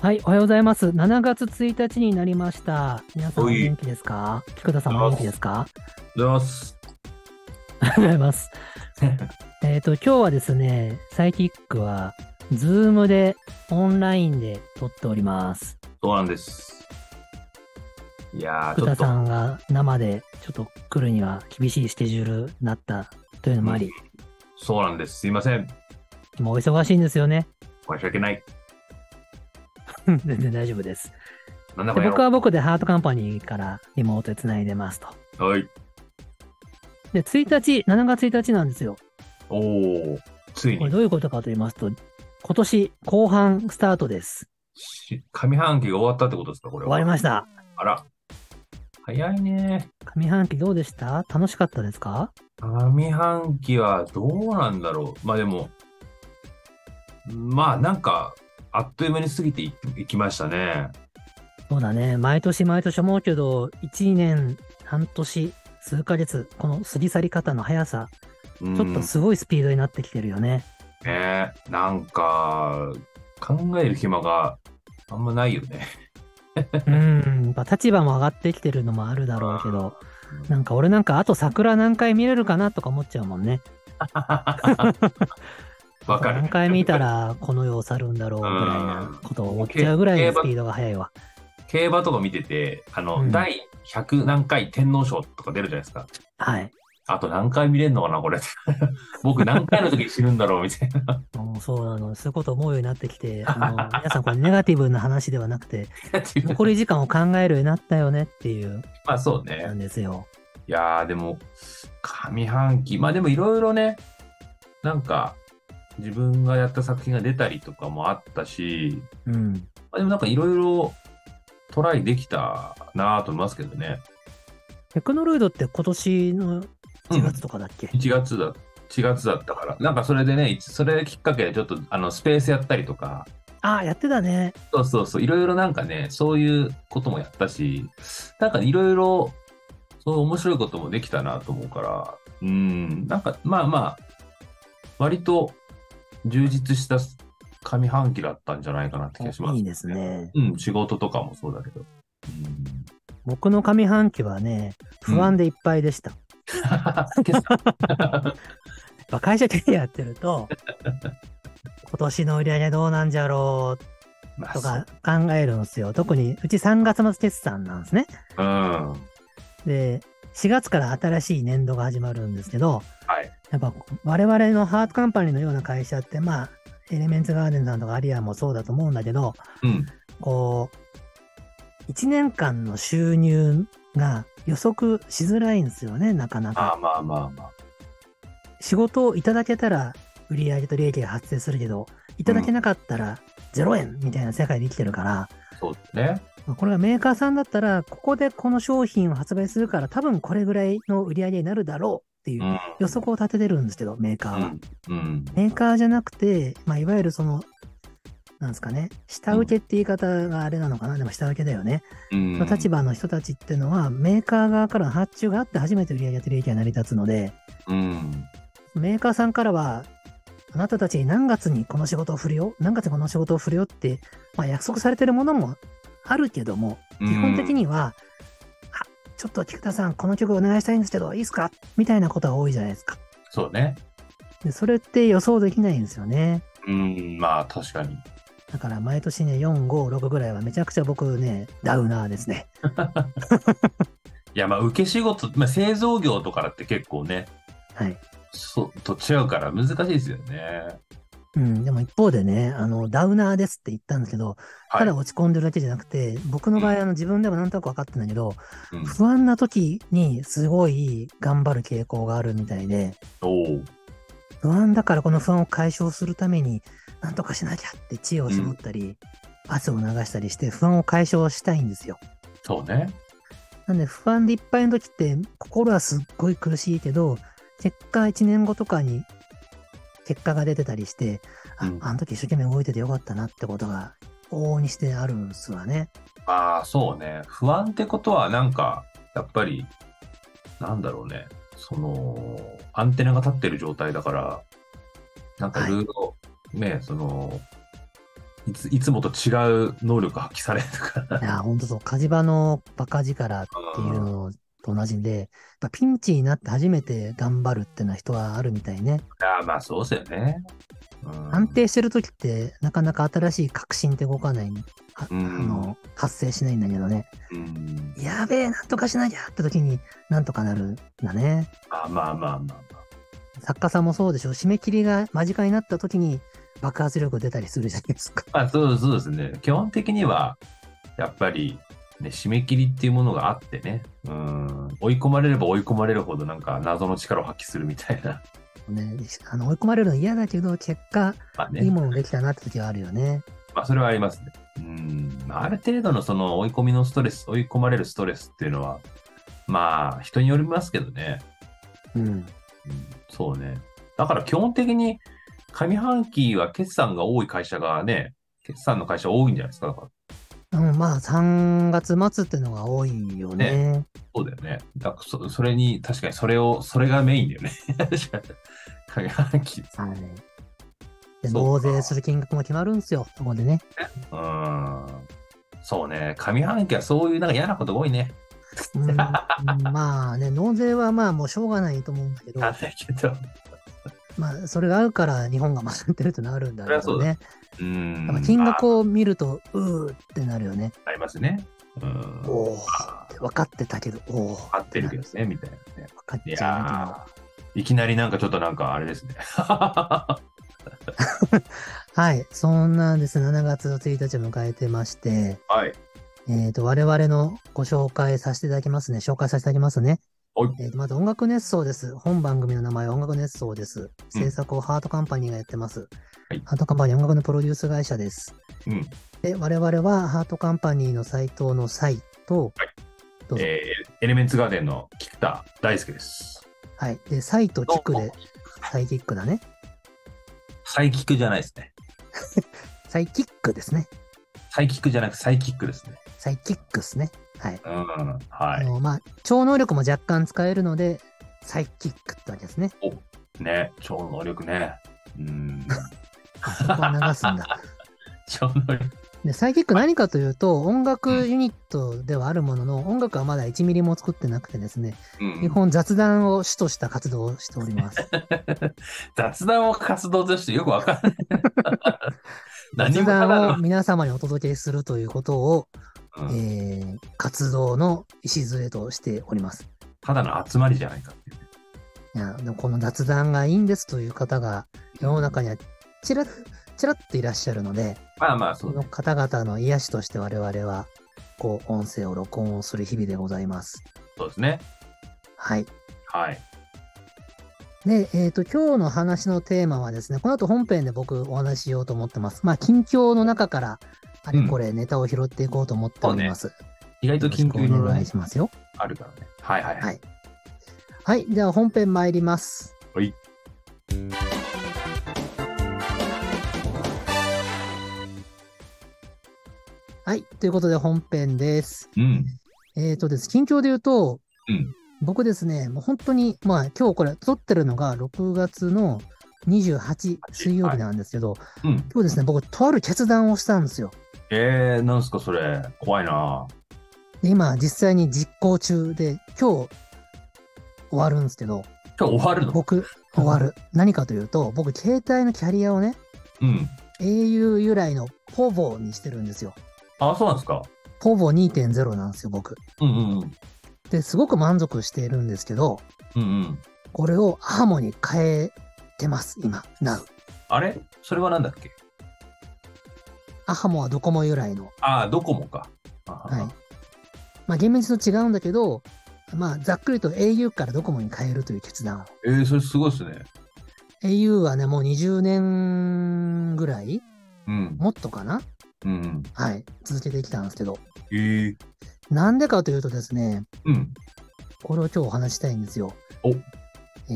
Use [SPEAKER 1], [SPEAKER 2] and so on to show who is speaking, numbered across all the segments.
[SPEAKER 1] はい、おはようございます。7月1日になりました。皆さんお
[SPEAKER 2] はい
[SPEAKER 1] 元気ですか菊田さんもお元気ですか
[SPEAKER 2] おはようございます。
[SPEAKER 1] ありがとうございます。 えっと、今日はですね、サイキックは、ズームで、オンラインで撮っております。
[SPEAKER 2] そうなんです。いやー、
[SPEAKER 1] 福
[SPEAKER 2] ちょ
[SPEAKER 1] 田
[SPEAKER 2] っと
[SPEAKER 1] さ、んが生でちょっと来るには厳しいスケジュールになったというのもあり、
[SPEAKER 2] そうなんです。すいません。
[SPEAKER 1] もうお忙しいんですよね。
[SPEAKER 2] 申し訳ない。
[SPEAKER 1] 全然大丈夫です。
[SPEAKER 2] なんだ
[SPEAKER 1] で
[SPEAKER 2] かや
[SPEAKER 1] 僕
[SPEAKER 2] ろ
[SPEAKER 1] は僕でハートカンパニーからリモートで繋いでますと。
[SPEAKER 2] う。はい。
[SPEAKER 1] で、1日、7月1日なんですよ。
[SPEAKER 2] おー、つい
[SPEAKER 1] これ
[SPEAKER 2] に、
[SPEAKER 1] どういうことかと言いますと、今年後半スタートです。
[SPEAKER 2] し上半期が終わったってことですか、これ
[SPEAKER 1] 終
[SPEAKER 2] は。
[SPEAKER 1] わりました。
[SPEAKER 2] あら。早いね。
[SPEAKER 1] 上半期どうでした楽しかったですか
[SPEAKER 2] 上半期はどうなんだろう。まあでも、まあなんか、あっという間に過ぎていいきましたね。
[SPEAKER 1] そうだね。毎年毎年思うけど、1年、半年、数ヶ月、この過ぎ去り方の速さ、
[SPEAKER 2] ちょ
[SPEAKER 1] ちょっとすごいスピードになってきてるよ ね。
[SPEAKER 2] ねえ、なんか、考える暇があんまないよね。
[SPEAKER 1] うん。やっぱ立場も上がってきてるのもあるだろうけど、なんか俺なんかあと桜何回見れるかなとか思っちゃうもんね。
[SPEAKER 2] わか
[SPEAKER 1] 何
[SPEAKER 2] る。
[SPEAKER 1] 回見たらこの世を去るんだろうぐらいなことを思っちゃうぐ らいのスピードが速いわ。
[SPEAKER 2] 競馬とか見てて、あの、
[SPEAKER 1] うん
[SPEAKER 2] 第100何回天皇賞とか出るじゃないですか。
[SPEAKER 1] はい。
[SPEAKER 2] あと何回見れるのかな、これ。 僕何回の時に死ぬんだろう、みたいな。
[SPEAKER 1] もうそうなの、そういうこと思うようになってきて、あの皆さん、これネガティブな話ではなくて、 残り時間を考えるようになったよねっていう、
[SPEAKER 2] まあそうね
[SPEAKER 1] な。んですよ。
[SPEAKER 2] いやー、でも、上半期、まあでもいろいろね、なんか、自分がやった作品が出たりとかもあったし、
[SPEAKER 1] うん。
[SPEAKER 2] まあ、でもなんかいろいろトライできたなぁと思いますけどね。
[SPEAKER 1] テクノロイドって今年の1月とかだっけ、
[SPEAKER 2] 1月だ、4月だったから。なんかそれでね、いつそれきっかけでちょっとあのスペースやったりとか、
[SPEAKER 1] ああ、やってたね。
[SPEAKER 2] そうそうそう、いろいろなんかね、そういうこともやったし、なんかいろいろ、そう面白いこともできたなと思うから、うん、なんかまあまあ、割と充実した上半期だったんじゃないかなって気がします、
[SPEAKER 1] いいです。ね。
[SPEAKER 2] うん、仕事とかもそうだけど。 うん
[SPEAKER 1] 僕の上半期はね、不安でいっぱいでした。
[SPEAKER 2] 今朝
[SPEAKER 1] やっぱ会社経営やってると、今年の売り上げどうなんじゃろう
[SPEAKER 2] まあ
[SPEAKER 1] とか考えるんですよ。特にうち3月末決算なんですね。
[SPEAKER 2] そううん。は
[SPEAKER 1] で、4月から新しい年度が始まるんですけど、
[SPEAKER 2] い。
[SPEAKER 1] やっぱ我々のハートカンパニーのような会社って、まあ、エレメンツガーデンさんとかアリアもそうだと思うんだけど、
[SPEAKER 2] うん。
[SPEAKER 1] こう、1年間の収入が予測しづらいんですよね、なかな
[SPEAKER 2] ま
[SPEAKER 1] か。
[SPEAKER 2] あまあまあまあ。
[SPEAKER 1] 仕事をいただけたら売り上げと利益が発生するけど、いただけなかったら0円みたいな世界で生きてるから、
[SPEAKER 2] そうですね。。
[SPEAKER 1] まあこれがメーカーさんだったら、ここでこの商品を発売するから多分これぐらいの売り上げになるだろうっていううん予測を立ててるんですけど、メーカーは。
[SPEAKER 2] うん。うん。
[SPEAKER 1] メーカーじゃなくて、まあ、いわゆるその、なんですかね、下請けって言い方があれなのかな、でも下請けだよね。
[SPEAKER 2] うん。
[SPEAKER 1] その立場の人たちっていうのは、メーカー側からの発注があって初めて売り上げと利益が成り立つので、
[SPEAKER 2] うん。
[SPEAKER 1] メーカーさんからは、あなたたちに何月にこの仕事を振るよ、何月にこの仕事を振るよって、まあ、約束されてるものもあるけども、
[SPEAKER 2] 基
[SPEAKER 1] 基本的。には、あちょっと菊田さん、この曲お願いしたいんですけど、いいですかみたいなことが多いじゃないですか。
[SPEAKER 2] そうね。
[SPEAKER 1] でそれって予想できないんですよね。
[SPEAKER 2] うん。まあ確かに。
[SPEAKER 1] だから毎年ね、4、5、6ぐらいはめちゃくちゃ僕ね、ダウナーですね。
[SPEAKER 2] いやまあ受け仕事、まあ製造業とかだって結構ね、
[SPEAKER 1] はい。
[SPEAKER 2] そう、と違うから難しいですよね。
[SPEAKER 1] うん、でも一方でね、あの、ダウナーですって言ったんですけど、
[SPEAKER 2] は
[SPEAKER 1] た
[SPEAKER 2] い。
[SPEAKER 1] だ落ち込んでるだけじゃなくて、僕の場合、あの、自分でもなんとなく分かってんだけど、
[SPEAKER 2] うん
[SPEAKER 1] 不安な時にすごい頑張る傾向があるみたいで、
[SPEAKER 2] おー
[SPEAKER 1] 不安だからこの不安を解消するために、なんとかしなきゃって知恵を絞ったり、汗を流したりして不安を解消したいんですよ。
[SPEAKER 2] そうね。
[SPEAKER 1] なんで不安でいっぱいの時って心はすっごい苦しいけど、結果1年後とかに結果が出てたりして、あ
[SPEAKER 2] うん
[SPEAKER 1] あの時一生懸命動いててよかったなってことが往々にしてあるんすわ ね。
[SPEAKER 2] まあそうね。不安ってことはなんか、やっぱり、なんだろうね。その、アンテナが立ってる状態だから、なんかいろいろ、ね、その、いついつもと違う能力発揮されるから。
[SPEAKER 1] いや、ほんとそう、火事場のバカ力っていうのと同じで、やっぱピンチになって初めて頑張るってのは人はあるみたいね。
[SPEAKER 2] ああ、まあそうですよね。うん
[SPEAKER 1] 安定してる時って、なかなか新しい革新って動かない、はあ
[SPEAKER 2] うん
[SPEAKER 1] の、発生しないんだけどね。
[SPEAKER 2] うん
[SPEAKER 1] やべえ、なんとかしなきゃって時に、なんとかなるんだね。
[SPEAKER 2] まあまあまあまあまあ。
[SPEAKER 1] 作家さんもそうでしょ。締め切りが間近になった時に爆発力出たりするじゃないですか。
[SPEAKER 2] まあそうそうですね。基本的には、やっぱり、ね、締め切りっていうものがあってね、うん、追い込まれれば追い込まれるほどなんか謎の力を発揮するみたいな。
[SPEAKER 1] ね、あの追い込まれるの嫌だけど、結果、
[SPEAKER 2] まあね。
[SPEAKER 1] いいものできたなって時はあるよね。
[SPEAKER 2] まあ、それはありますね。うん、まあ、ある程度のその追い込みのストレス、追い込まれるストレスっていうのは、まあ、人によりますけどね。
[SPEAKER 1] うん。
[SPEAKER 2] うん、そうね。だから基本的に上半期は決算が多い会社がね、決算の会社多いんじゃないですか。だから
[SPEAKER 1] うん、まあ、3月末ってのが多いよね。
[SPEAKER 2] そうだよね。だからそそれに、確かにそれを、それがメインだよね。 上半期。
[SPEAKER 1] はい。で、
[SPEAKER 2] そ
[SPEAKER 1] 納
[SPEAKER 2] うか
[SPEAKER 1] 税する金額も決まるんですよ、そこでね。
[SPEAKER 2] うん。そうね。上半期はそういうなんか嫌なことが多いね。
[SPEAKER 1] うん、うんまあね、納税はまあもうしょうがないと思うんだけど、
[SPEAKER 2] なんだけど。
[SPEAKER 1] まあ、それがあるから日本が回ってるってのはあるんだろ
[SPEAKER 2] そうりゃ
[SPEAKER 1] ね。
[SPEAKER 2] うん。
[SPEAKER 1] やっぱ金額
[SPEAKER 2] ま
[SPEAKER 1] を見ると、うーってなるよね。
[SPEAKER 2] あありますね。うん。
[SPEAKER 1] おーって分かってたけど、おー
[SPEAKER 2] 合ってるけどね、みたいなね。
[SPEAKER 1] 分かっ
[SPEAKER 2] い
[SPEAKER 1] ちゃう
[SPEAKER 2] やーいきなりなんかちょっとなんかあれですね。
[SPEAKER 1] けど。はい、そんなんです。7月の1日を迎えてまして、
[SPEAKER 2] はい。
[SPEAKER 1] えっと、我々のご紹介させていただきますね。紹介させていただきますね。
[SPEAKER 2] はい
[SPEAKER 1] えーとまず音楽熱奏です。本番組の名前は音楽熱奏です。制作をハートカンパニーがやってます。
[SPEAKER 2] はい
[SPEAKER 1] ハートカンパニー音楽のプロデュース会社です。
[SPEAKER 2] うん。
[SPEAKER 1] で、我々はハートカンパニーのサイトのサイと、どうぞ
[SPEAKER 2] えーエレメンツガーデンの菊田大輔です。
[SPEAKER 1] はい。で、サイとキク
[SPEAKER 2] どう
[SPEAKER 1] で
[SPEAKER 2] も、
[SPEAKER 1] サイキックだね。
[SPEAKER 2] サイキックじゃないですね。
[SPEAKER 1] サイキックですね。
[SPEAKER 2] サイキックじゃなくサイキックですね。
[SPEAKER 1] サイキックですね。はい。
[SPEAKER 2] うん。
[SPEAKER 1] あ
[SPEAKER 2] は
[SPEAKER 1] の、まあ、超能力も若干使えるので、サイキックってわけですね。
[SPEAKER 2] い。ね。超能力ね。うん。
[SPEAKER 1] あそこは流すんだ。
[SPEAKER 2] 超能力。
[SPEAKER 1] で、サイキック何かというと、音楽ユニットではあるものの、音楽はまだ1ミリも作ってなくてですね、
[SPEAKER 2] うん
[SPEAKER 1] 基本雑談を主とした活動をしております。
[SPEAKER 2] 雑談を活動としてよくわかん ない。 何
[SPEAKER 1] 雑
[SPEAKER 2] もた
[SPEAKER 1] 談
[SPEAKER 2] だ
[SPEAKER 1] を皆様にお届けするということを、
[SPEAKER 2] の、うん
[SPEAKER 1] えー活動の礎としております。
[SPEAKER 2] ただの集まりじゃないかってい
[SPEAKER 1] い
[SPEAKER 2] う。
[SPEAKER 1] やでもこの雑談がいいんですという方が世の中にはちらっちらっといらっしゃるので、
[SPEAKER 2] まあまあ、そ
[SPEAKER 1] そうの
[SPEAKER 2] ね。
[SPEAKER 1] 方々の癒しとして我々は、こう、音声を録音をする日々でございます。
[SPEAKER 2] そうですね。
[SPEAKER 1] はい。
[SPEAKER 2] はい。
[SPEAKER 1] で、えっ、と、今日の話のテーマはですね、この後本編で僕お話ししようと思ってます。まあ、近況の中から、あれこれネタを拾っていこうと思っております。
[SPEAKER 2] 意外と緊急に
[SPEAKER 1] よろしくお願いしますよ。
[SPEAKER 2] あるからね。はいはいはい。
[SPEAKER 1] はいはい、では本編参ります。
[SPEAKER 2] はい。
[SPEAKER 1] はい、ということで本編です。
[SPEAKER 2] うん。
[SPEAKER 1] えっ、とです、近況で言うと、
[SPEAKER 2] うん
[SPEAKER 1] 僕ですね、もう本当に、まあ今日これ撮ってるのが6月の28水曜日なんですけど、
[SPEAKER 2] うん。
[SPEAKER 1] 今日ですね、僕とある決断をしたんですよ。
[SPEAKER 2] えー、なんすかそれ。怖いな
[SPEAKER 1] で今実際に実行中で、今日終わるんですけど、
[SPEAKER 2] 今日終わるの
[SPEAKER 1] 僕終わる。何かというと、僕携帯のキャリアをね、
[SPEAKER 2] うん。
[SPEAKER 1] au 由来のポボにしてるんですよ。
[SPEAKER 2] あ、そうなんですか
[SPEAKER 1] ポボ2.0なんですよ、僕。
[SPEAKER 2] うんうんうん。
[SPEAKER 1] で、すごく満足しているんですけど、
[SPEAKER 2] うんうん。
[SPEAKER 1] これをアハモに変えてます、今、Now。
[SPEAKER 2] あれそれはなんだっけ
[SPEAKER 1] アハモはドコモ由来の。
[SPEAKER 2] あー、ドコモか。
[SPEAKER 1] はい
[SPEAKER 2] は。
[SPEAKER 1] まあ、厳密と違うんだけど、まあ、ざっくりと au からドコモに変えるという決断を。
[SPEAKER 2] い、えー、それすごいですね。
[SPEAKER 1] au はね、もう20年ぐらい
[SPEAKER 2] うん。
[SPEAKER 1] もっとかな
[SPEAKER 2] うんうん。
[SPEAKER 1] はい。続けてきたんですけど。
[SPEAKER 2] えー、
[SPEAKER 1] なんでかというとですね、
[SPEAKER 2] うん。
[SPEAKER 1] これを今日お話したいんですよ。
[SPEAKER 2] お
[SPEAKER 1] えっ、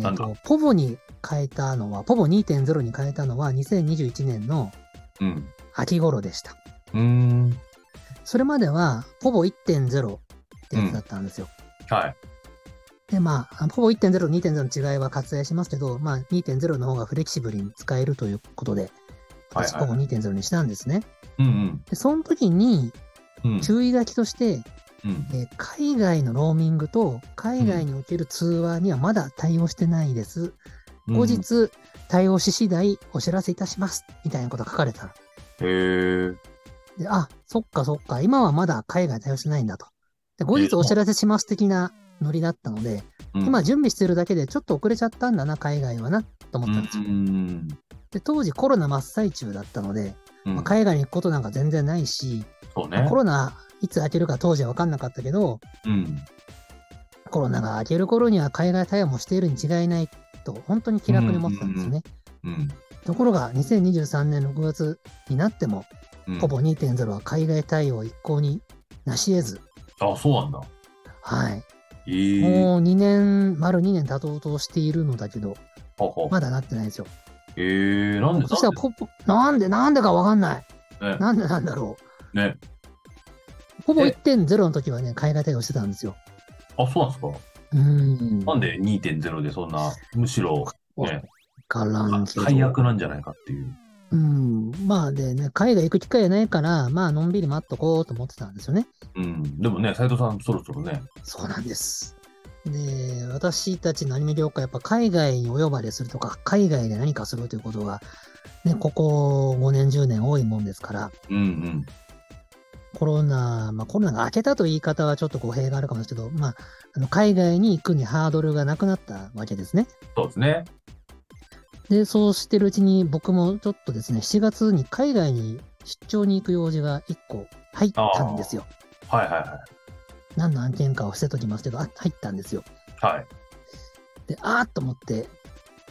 [SPEAKER 2] なんだ
[SPEAKER 1] と、ポボに変えたのは、ポボ2.0に変えたのは2021年の
[SPEAKER 2] うん。
[SPEAKER 1] 秋頃でした。
[SPEAKER 2] うーん。
[SPEAKER 1] それまでは、ポボ1.0ってやつだったんですよ。
[SPEAKER 2] はい。
[SPEAKER 1] で、まあ、ポボ1.0、2.0の違いは割愛しますけど、まあ、2.0の方がフレキシブルに使えるということで、
[SPEAKER 2] はい
[SPEAKER 1] パチコンを2.0にしたんですね。
[SPEAKER 2] うん
[SPEAKER 1] で、その時に
[SPEAKER 2] うん。うん。
[SPEAKER 1] 注意書きとして、
[SPEAKER 2] うん。
[SPEAKER 1] えー海外のローミングと海外における通話にはまだ対応してないです。
[SPEAKER 2] うん
[SPEAKER 1] 後。日、対応し次第お知らせいたします。みたいなことが書かれたの。
[SPEAKER 2] へえ。
[SPEAKER 1] で、あ、そっかそっか、今はまだ海外対応してないんだと。で、後
[SPEAKER 2] え
[SPEAKER 1] 日お知らせします的なノリだったので、
[SPEAKER 2] うん
[SPEAKER 1] 今準備してるだけでちょっと遅れちゃったんだな、海外はな、と思ったんです
[SPEAKER 2] う
[SPEAKER 1] よ。
[SPEAKER 2] ん。
[SPEAKER 1] で、当時コロナ真っ最中だったので、
[SPEAKER 2] うん
[SPEAKER 1] まあ海外に行くことなんか全然ないし、
[SPEAKER 2] そうね
[SPEAKER 1] コ。ロナいつ明けるか当時は分かんなかったけど、
[SPEAKER 2] うん。
[SPEAKER 1] コロナが明ける頃には海外対応もしているに違いないと、本当に気楽に思ってたんですね。
[SPEAKER 2] うん。
[SPEAKER 1] ところが、2023年6月になっても、
[SPEAKER 2] うん
[SPEAKER 1] ほぼ2.0は海外対応一向になし得ず、
[SPEAKER 2] あ、そうなんだ。
[SPEAKER 1] はい。
[SPEAKER 2] ええ。
[SPEAKER 1] もう2年、丸2年経とうとしているのだけど、
[SPEAKER 2] はは
[SPEAKER 1] まだなってないんですよ。
[SPEAKER 2] ええ、なんで
[SPEAKER 1] そしたらポポ、なんで、なんでかわかんない。
[SPEAKER 2] ね
[SPEAKER 1] なんでなんだろ
[SPEAKER 2] ね。
[SPEAKER 1] う。ほぼ
[SPEAKER 2] え
[SPEAKER 1] 1.0の時はね、海外対応してたんですよ。
[SPEAKER 2] あ、そうなんですか。
[SPEAKER 1] うーん。
[SPEAKER 2] なんで2.0でそんな、むしろ、ね、
[SPEAKER 1] からんけど
[SPEAKER 2] 解約なんじゃないかっていう。
[SPEAKER 1] うん。まあでね、海外行く機会ないから、まあ、のんびり待っとこうと思ってたんですよね。
[SPEAKER 2] うん。でもね、斉藤さん、そろそろね。
[SPEAKER 1] そうなんです。で、私たちのアニメ業界、やっぱ海外にお呼ばれするとか、海外で何かするということが、ね、ここ5年、10年多いもんですから、
[SPEAKER 2] うん
[SPEAKER 1] コロナ、まあ、コロナが明けたという言い方はちょっと語弊があるかもしれないですけど、まあ、あの海外に行くにハードルがなくなったわけですね。
[SPEAKER 2] うん。そうですね。
[SPEAKER 1] で、そうしてるうちに僕もちょっとですね、7月に海外に出張に行く用事が1個入ったんですよ。
[SPEAKER 2] はいは
[SPEAKER 1] 何の案件かを伏せときますけど、あ入ったんですよ。
[SPEAKER 2] いはい。はい。
[SPEAKER 1] で、あーっと思って、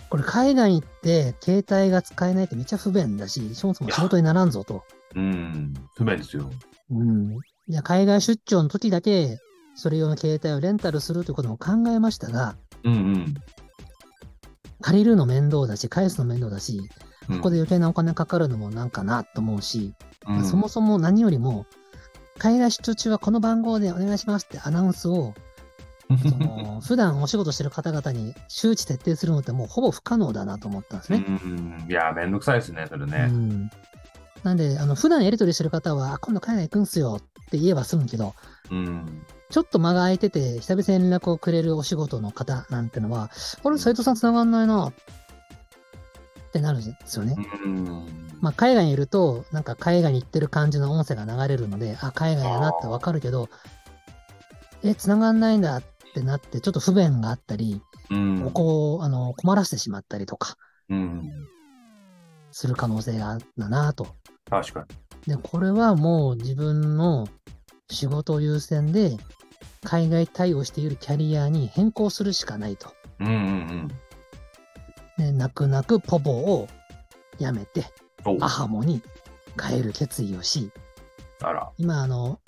[SPEAKER 1] これ海外に行って携帯が使えないってめっちゃ不便だし、そもそも仕事にならんぞと。
[SPEAKER 2] うん。不便ですよ。
[SPEAKER 1] うん。いや、海外出張の時だけ、それ用の携帯をレンタルするということも考えましたが、
[SPEAKER 2] うん
[SPEAKER 1] 借りるの面倒だし、返すの面倒だし、
[SPEAKER 2] うん。
[SPEAKER 1] ここで余計なお金かかるのもなんかなと思うし、
[SPEAKER 2] うん、
[SPEAKER 1] そもそも何よりも、海外出張中はこの番号でお願いしますってアナウンスを、その普段お仕事してる方々に周知徹底するのってもうほぼ不可能だなと思ったんですね。
[SPEAKER 2] うん。いや、めんどくさいですね、それ
[SPEAKER 1] う
[SPEAKER 2] ね。
[SPEAKER 1] ん、なんで、あの普段やり取りしてる方は、あ今度海外行くんすよって言えば済むけど、
[SPEAKER 2] うん。
[SPEAKER 1] ちょっと間が空いてて、久々に連絡をくれるお仕事の方なんてのは、これ、斉藤さん繋がんないなってなるんですよね。
[SPEAKER 2] うん。
[SPEAKER 1] まあ、海外にいると、なんか海外に行ってる感じの音声が流れるので、あ、海外だなってわかるけど、え、繋がんないんだってなって、ちょっと不便があったり、
[SPEAKER 2] うん。
[SPEAKER 1] ここをあの困らせてしまったりとか
[SPEAKER 2] うん。
[SPEAKER 1] する可能性があるんだなと。
[SPEAKER 2] 確か
[SPEAKER 1] で、これはもう自分の仕事を優先で、海外対応しているキャリアに変更するしかないと。
[SPEAKER 2] に。うんうん
[SPEAKER 1] で、泣く泣くポポをやめて、
[SPEAKER 2] うん。お
[SPEAKER 1] アハモに変える決意をし、
[SPEAKER 2] あら。
[SPEAKER 1] 今あの、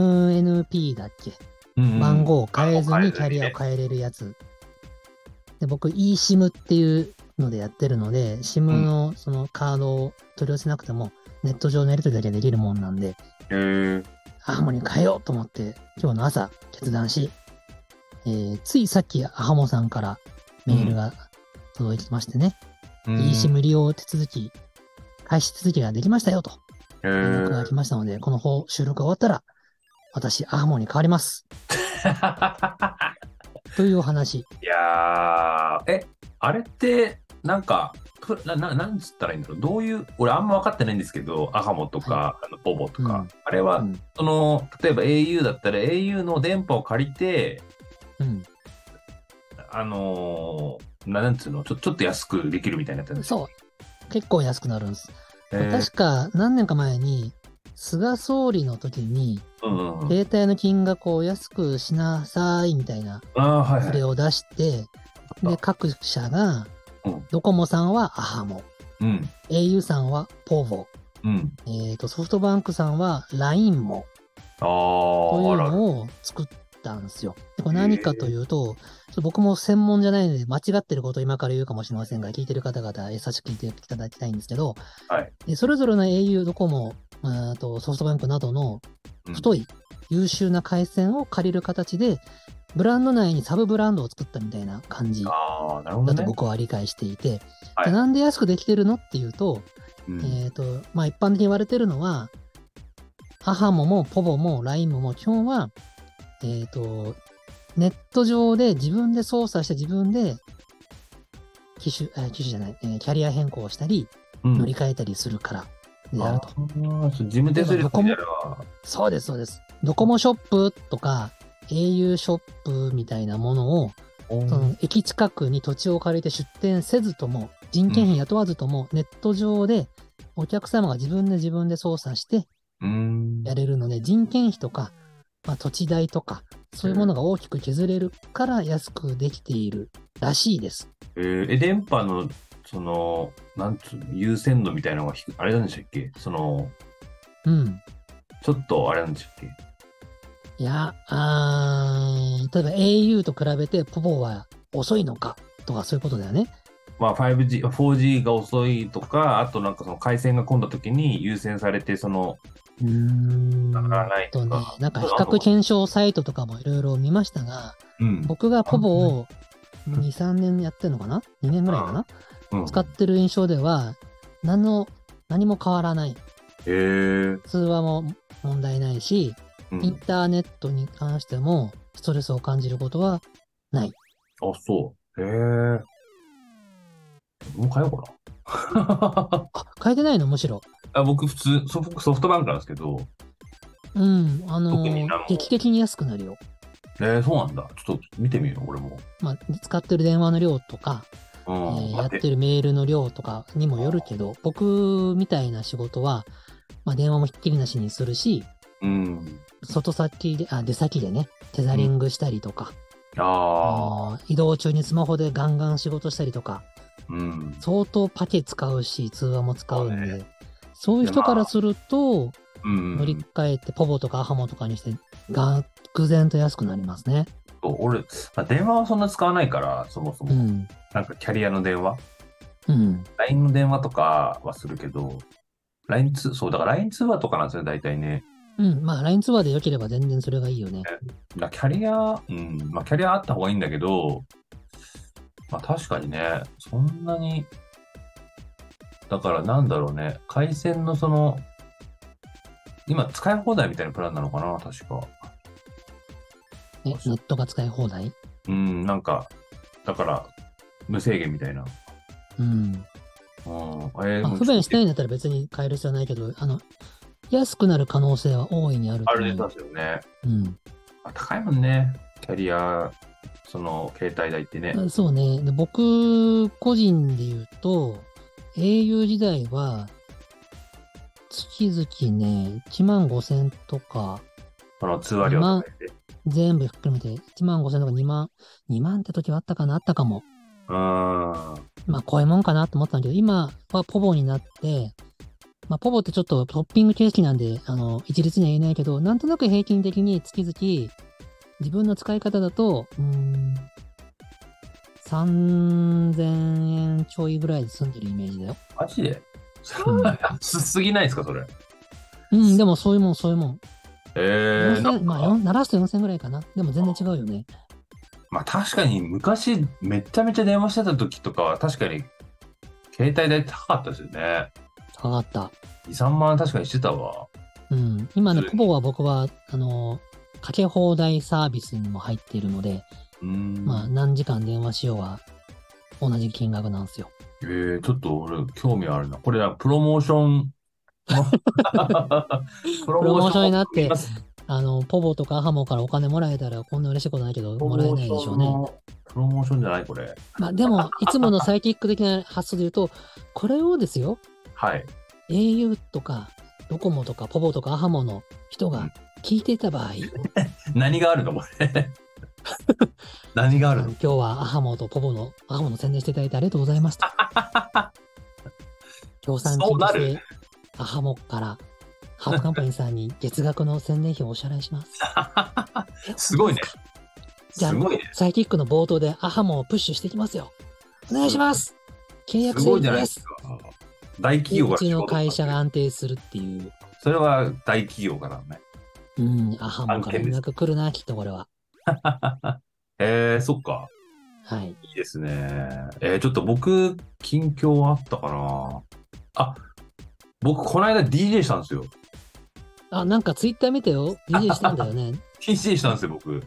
[SPEAKER 1] MNP だっけ
[SPEAKER 2] うんうん
[SPEAKER 1] 番号を変えずにキャリアを
[SPEAKER 2] ね
[SPEAKER 1] 変えれるやつ。で僕 eSIM っていうのでやってるので、SIM のそのカードを取り寄せなくても、ネット上のやり取りだけできるもんなんで、
[SPEAKER 2] へー
[SPEAKER 1] アハモに変えようと思って、今日の朝決断し、えーついさっきアハモさんからメールが届いてきましてね、
[SPEAKER 2] うん
[SPEAKER 1] eSIM 利用手続き、開始手続きができましたよと
[SPEAKER 2] へ
[SPEAKER 1] 連
[SPEAKER 2] ー
[SPEAKER 1] 絡が来ましたので、この方収録が終わったら、私、アハモに変わります。というお話。
[SPEAKER 2] いやー、え、あれって、なんか、プな、な、なんつったらいいんだろう。どういう、俺あんま分かってないんですけど、アハモとか、あのボボとか、
[SPEAKER 1] うん
[SPEAKER 2] あれは、
[SPEAKER 1] うん
[SPEAKER 2] その、例えば au だったら au の電波を借りて、
[SPEAKER 1] うん
[SPEAKER 2] あのーななんつうのちょ、ちょっと安くできるみたいなやつう。
[SPEAKER 1] そう。結構安くなるんです。
[SPEAKER 2] えー
[SPEAKER 1] 確か何年か前に、菅総理の時に、
[SPEAKER 2] うんうんうん、
[SPEAKER 1] 携帯の金額を安くしなさいみたいな
[SPEAKER 2] あーはい
[SPEAKER 1] プ
[SPEAKER 2] はい
[SPEAKER 1] レ。を出して、
[SPEAKER 2] うん
[SPEAKER 1] で、各社が
[SPEAKER 2] うん、
[SPEAKER 1] ドコモさんはアハモ、
[SPEAKER 2] うん。
[SPEAKER 1] au さんはポボ、
[SPEAKER 2] うん。
[SPEAKER 1] えー、とソフトバンクさんは LINE も
[SPEAKER 2] あ
[SPEAKER 1] とい
[SPEAKER 2] ー、
[SPEAKER 1] う
[SPEAKER 2] あら。
[SPEAKER 1] のを作ったんですよ。でこれ何かというと、ちょっと僕も専門じゃないので、間違ってることを今から言うかもしれませんが、聞いてる方々、優しく聞いていただきたいんですけど、
[SPEAKER 2] はい
[SPEAKER 1] でそれぞれの au、ドコモ、うーんとソフトバンクなどの太い優秀な回線を借りる形で、ブランド内にサブブランドを作ったみたいな感じだ
[SPEAKER 2] ああ、なるほど
[SPEAKER 1] と
[SPEAKER 2] ね。
[SPEAKER 1] 僕は理解していて、
[SPEAKER 2] はい
[SPEAKER 1] でなんで安くできてるのっていうと、
[SPEAKER 2] うん
[SPEAKER 1] えっ、と、まあ一般的に言われてるのは、アハモもポボも LINE ももう基本は、えっ、と、ネット上で自分で操作して自分で機種、えー機種じゃない、えーキャリア変更したり、
[SPEAKER 2] うん
[SPEAKER 1] 乗り換えたりするからであると。
[SPEAKER 2] ああ、そう自分でそれ
[SPEAKER 1] 例えばドコモ
[SPEAKER 2] やれば
[SPEAKER 1] そうです、そうです。ドコモショップとか、au ショップみたいなものを、その駅近くに土地を借りて出店せずとも、人件費雇わずとも、ネット上でお客様が自分で自分で操作して
[SPEAKER 2] うん。
[SPEAKER 1] やれるので、人件費とか、まあ、土地代とか、そういうものが大きく削れるから安くできているらしいです。
[SPEAKER 2] えーえ、電波の、その、なんつうの、優先度みたいなのが低あれなんでしたっけその、
[SPEAKER 1] うん。
[SPEAKER 2] ちょっとあれなんでしたっけ
[SPEAKER 1] いや、あー例えば au と比べて、ポポは遅いのかとかそういうことだよね。
[SPEAKER 2] まあ 5G、4G が遅いとか、あとなんかその回線が混んだ時に優先されて、その、
[SPEAKER 1] うーん。
[SPEAKER 2] なからない
[SPEAKER 1] と
[SPEAKER 2] と
[SPEAKER 1] ね
[SPEAKER 2] か、
[SPEAKER 1] なんか比較検証サイトとかもいろいろ見ましたが、
[SPEAKER 2] うん。
[SPEAKER 1] 僕がポボを
[SPEAKER 2] うん
[SPEAKER 1] 2、3年やってるのかな ?2 年ぐらいかな
[SPEAKER 2] うん
[SPEAKER 1] 使ってる印象では、何の、何も変わらない。
[SPEAKER 2] へー
[SPEAKER 1] 通話も問題ないし、
[SPEAKER 2] うん
[SPEAKER 1] インターネットに関してもストレスを感じることはない。
[SPEAKER 2] あ、そう。へえ。もう変えようかな。
[SPEAKER 1] あ、変えてないのむしろ。
[SPEAKER 2] あ僕、普通ソフ、僕ソフトバンクなんですけど、
[SPEAKER 1] うん、あの
[SPEAKER 2] 特に何も
[SPEAKER 1] 劇的に安くなるよ。
[SPEAKER 2] えー、そうなんだ。ちょっと見てみよう、俺も。
[SPEAKER 1] まあ、使ってる電話の量とか、
[SPEAKER 2] う
[SPEAKER 1] え
[SPEAKER 2] ん。
[SPEAKER 1] ーや
[SPEAKER 2] 待
[SPEAKER 1] っ
[SPEAKER 2] って
[SPEAKER 1] てるメールの量とかにもよるけど、僕みたいな仕事は、まあ、電話もひっきりなしにするし、
[SPEAKER 2] うん。
[SPEAKER 1] 外先で、あ、出先でね、テザリングしたりとか、
[SPEAKER 2] ああ。
[SPEAKER 1] あー移動中にスマホでガンガン仕事したりとか、
[SPEAKER 2] うん。
[SPEAKER 1] 相当パケ使うし、通話も使うん
[SPEAKER 2] そう
[SPEAKER 1] で、そういう人からすると、
[SPEAKER 2] うん。
[SPEAKER 1] 乗り換えてポボとかアハモとかにして、愕然と安くなりますね。
[SPEAKER 2] そう俺、まあ、電話はそんな使わないから、そもそも。
[SPEAKER 1] うん。
[SPEAKER 2] なんかキャリアの電話
[SPEAKER 1] うん。
[SPEAKER 2] ?LINE の電話とかはするけど、LINE 通、そう、だから LINE 通話とかなんですよね、大体ね。
[SPEAKER 1] うん。まあ、LINE 通話で良ければ全然それがいいよね。
[SPEAKER 2] だキャリア、うん、まあ、キャリアあった方がいいんだけど、まあ、確かにね、そんなに、だからなんだろうね、回線のその、今使い放題みたいなプランなのかな、確か。
[SPEAKER 1] ねネットが使い放題。
[SPEAKER 2] うん、なんか、だから、無制限みたいな。うん、
[SPEAKER 1] うん。
[SPEAKER 2] えー
[SPEAKER 1] まあ、不便してないんだったら別に変える必要はないけど、あの、安くなる可能性は大いにある
[SPEAKER 2] あ
[SPEAKER 1] と思う
[SPEAKER 2] れですよね。
[SPEAKER 1] うん。
[SPEAKER 2] あ高いもんね、キャリア、その、携帯代ってね。
[SPEAKER 1] そうね。で僕、個人で言うと、au 時代は、月々ね、1万5千とか、
[SPEAKER 2] この通話料とかで。
[SPEAKER 1] 全部ひっくるめて、1万5千とか2万、2万って時はあったかな、あったかも。
[SPEAKER 2] うん。
[SPEAKER 1] まあ、こういうもんかなと思ったんだけど、今はポボになって、まあ、ポボってちょっとトッピング形式なんで、あの、一律には言えないけど、なんとなく平均的に月々、自分の使い方だと、うーん、3000円ちょいぐらいで済んでるイメージだよ。
[SPEAKER 2] マジで
[SPEAKER 1] うん
[SPEAKER 2] 安すぎないですか、それ。
[SPEAKER 1] うん、でもそういうもん、そういうもん。
[SPEAKER 2] えー、な
[SPEAKER 1] 4000
[SPEAKER 2] ん
[SPEAKER 1] まあ、
[SPEAKER 2] か、
[SPEAKER 1] 4 7らすと4000ぐらいかな。でも全然違うよね。
[SPEAKER 2] まあ確かに昔めちゃめちゃ電話してた時とかは確かに携帯代高かったですよね。
[SPEAKER 1] 高かった。
[SPEAKER 2] 2、3万確かにしてたわ。
[SPEAKER 1] うん。今ね、
[SPEAKER 2] そう
[SPEAKER 1] ポボは僕は、あの、かけ放題サービスにも入っているので、
[SPEAKER 2] うーん。
[SPEAKER 1] まあ、何時間電話しようは同じ金額なんですよ。
[SPEAKER 2] えー、ちょっと俺興味あるな。これな、プロモーション。 プロ
[SPEAKER 1] プロモーションになっ
[SPEAKER 2] い
[SPEAKER 1] て
[SPEAKER 2] ます、
[SPEAKER 1] あの、ポボとかハモからお金もらえたらこんな嬉しいことないけど、もらえないでしょうね。。
[SPEAKER 2] プロモーションじゃないこれ。
[SPEAKER 1] まあ、でも、いつものサイキック的な発想で言うと、これをですよ、
[SPEAKER 2] はい。
[SPEAKER 1] au とか、ドコモとか、ポボとか、ハモの人が聞いていた場合、
[SPEAKER 2] 何があるのこ れ。何があ
[SPEAKER 1] あ
[SPEAKER 2] る
[SPEAKER 1] の
[SPEAKER 2] の
[SPEAKER 1] 今日はアハモとポボの、アハモの宣伝していただいてありがとうございますと。 協賛
[SPEAKER 2] そ
[SPEAKER 1] 金と
[SPEAKER 2] うな
[SPEAKER 1] し
[SPEAKER 2] る
[SPEAKER 1] て、アハモから、ハーフカンパニーさんに月額の宣伝費をお支払いします。
[SPEAKER 2] すごいね。
[SPEAKER 1] じゃあ
[SPEAKER 2] すごいね。
[SPEAKER 1] サイキックの冒頭でアハモをプッシュしていきますよ。お願いします契約
[SPEAKER 2] す
[SPEAKER 1] 制
[SPEAKER 2] ご
[SPEAKER 1] 限
[SPEAKER 2] いじゃない
[SPEAKER 1] で
[SPEAKER 2] ですすか。大企業
[SPEAKER 1] う
[SPEAKER 2] が
[SPEAKER 1] ちの会社が安定するっていう。
[SPEAKER 2] それは大企業からね。
[SPEAKER 1] うん、アハモから
[SPEAKER 2] 案件
[SPEAKER 1] 連
[SPEAKER 2] です
[SPEAKER 1] 絡来るな、きっとこれは。
[SPEAKER 2] えー、そっか。
[SPEAKER 1] はい。
[SPEAKER 2] いいですね。えー、ちょっと僕、近況あったかな。あ、僕、この間 DJ したんですよ。
[SPEAKER 1] あ、なんかツイッター見てよ。DJ したんだよね。
[SPEAKER 2] DJ したんですよ、僕。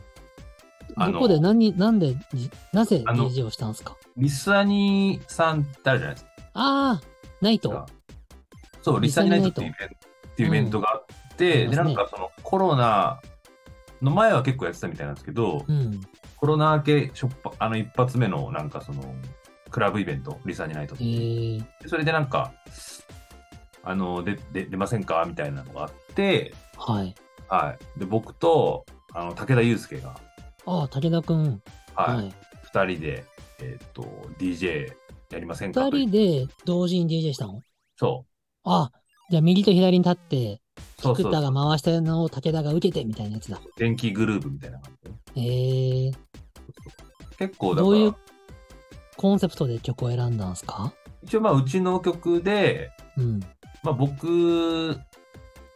[SPEAKER 2] あの
[SPEAKER 1] どこで何、なんで、になぜ
[SPEAKER 2] あの
[SPEAKER 1] DJ をしたんですか
[SPEAKER 2] リスアニさんってあるじゃないですか。
[SPEAKER 1] ああ、ナイト。
[SPEAKER 2] そう、リ
[SPEAKER 1] リ
[SPEAKER 2] サ
[SPEAKER 1] サ
[SPEAKER 2] ニ
[SPEAKER 1] ニ
[SPEAKER 2] ナ
[SPEAKER 1] ナ
[SPEAKER 2] イ
[SPEAKER 1] イ
[SPEAKER 2] ト
[SPEAKER 1] ト
[SPEAKER 2] っていうイベント,、っていうイベントがあって、
[SPEAKER 1] うん
[SPEAKER 2] で、なんかそのコロナの前は結構やってたみたいなんですけど、
[SPEAKER 1] うん。
[SPEAKER 2] コロナ明けしょっぱ、あの一発目のなんかその、クラブイベント、リサニナイトっ
[SPEAKER 1] え
[SPEAKER 2] ていう
[SPEAKER 1] ー、
[SPEAKER 2] でそれでなんか、あの、で、で出ませんかみたいなのがあって、
[SPEAKER 1] はい。
[SPEAKER 2] はい。で、僕と、あの、武田祐介が、
[SPEAKER 1] ああ、武田くん。
[SPEAKER 2] は。
[SPEAKER 1] はいい。
[SPEAKER 2] 二、人で、えっと、DJ やりませんか
[SPEAKER 1] 二
[SPEAKER 2] という
[SPEAKER 1] 人で同時に DJ したの
[SPEAKER 2] そ
[SPEAKER 1] あ、じゃあ右と左に立って、
[SPEAKER 2] う。そうそ
[SPEAKER 1] 菊田が
[SPEAKER 2] う。
[SPEAKER 1] 回したのを武田が受けてみたいなやつだ。
[SPEAKER 2] 電気グループみたいな感じで。
[SPEAKER 1] えー、
[SPEAKER 2] 結構だか
[SPEAKER 1] ど
[SPEAKER 2] ら、
[SPEAKER 1] ういうコンセプトで曲を選んだんですか
[SPEAKER 2] 一応まあ、うちの曲で、
[SPEAKER 1] うん。
[SPEAKER 2] まあ僕、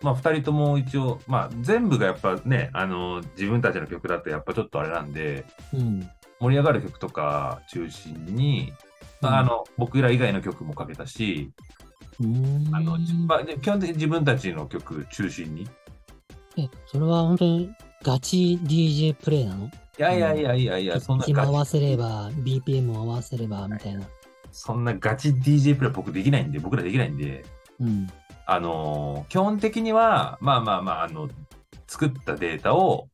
[SPEAKER 2] まあ二人とも一応、まあ全部がやっぱね、あの、自分たちの曲だとやっぱちょっとあれなんで、
[SPEAKER 1] うん。
[SPEAKER 2] 盛り上がる曲とか中心に、まあ、あの、僕ら以外の曲もかけたし、
[SPEAKER 1] うん、
[SPEAKER 2] あの、まあ、で基本的に自分たちの曲中心に。い
[SPEAKER 1] え、それは本当にガチ DJ プレイなの
[SPEAKER 2] やいやいやいやいや、そんな
[SPEAKER 1] 今合わ
[SPEAKER 2] ガチ、
[SPEAKER 1] せれば、BPM を合わせれば、みたいな。
[SPEAKER 2] そんなガチ DJ プレイ僕できないんで、僕らできないんで、
[SPEAKER 1] うん。
[SPEAKER 2] あのー基本的には、まあまあまあ、あの、作ったデータを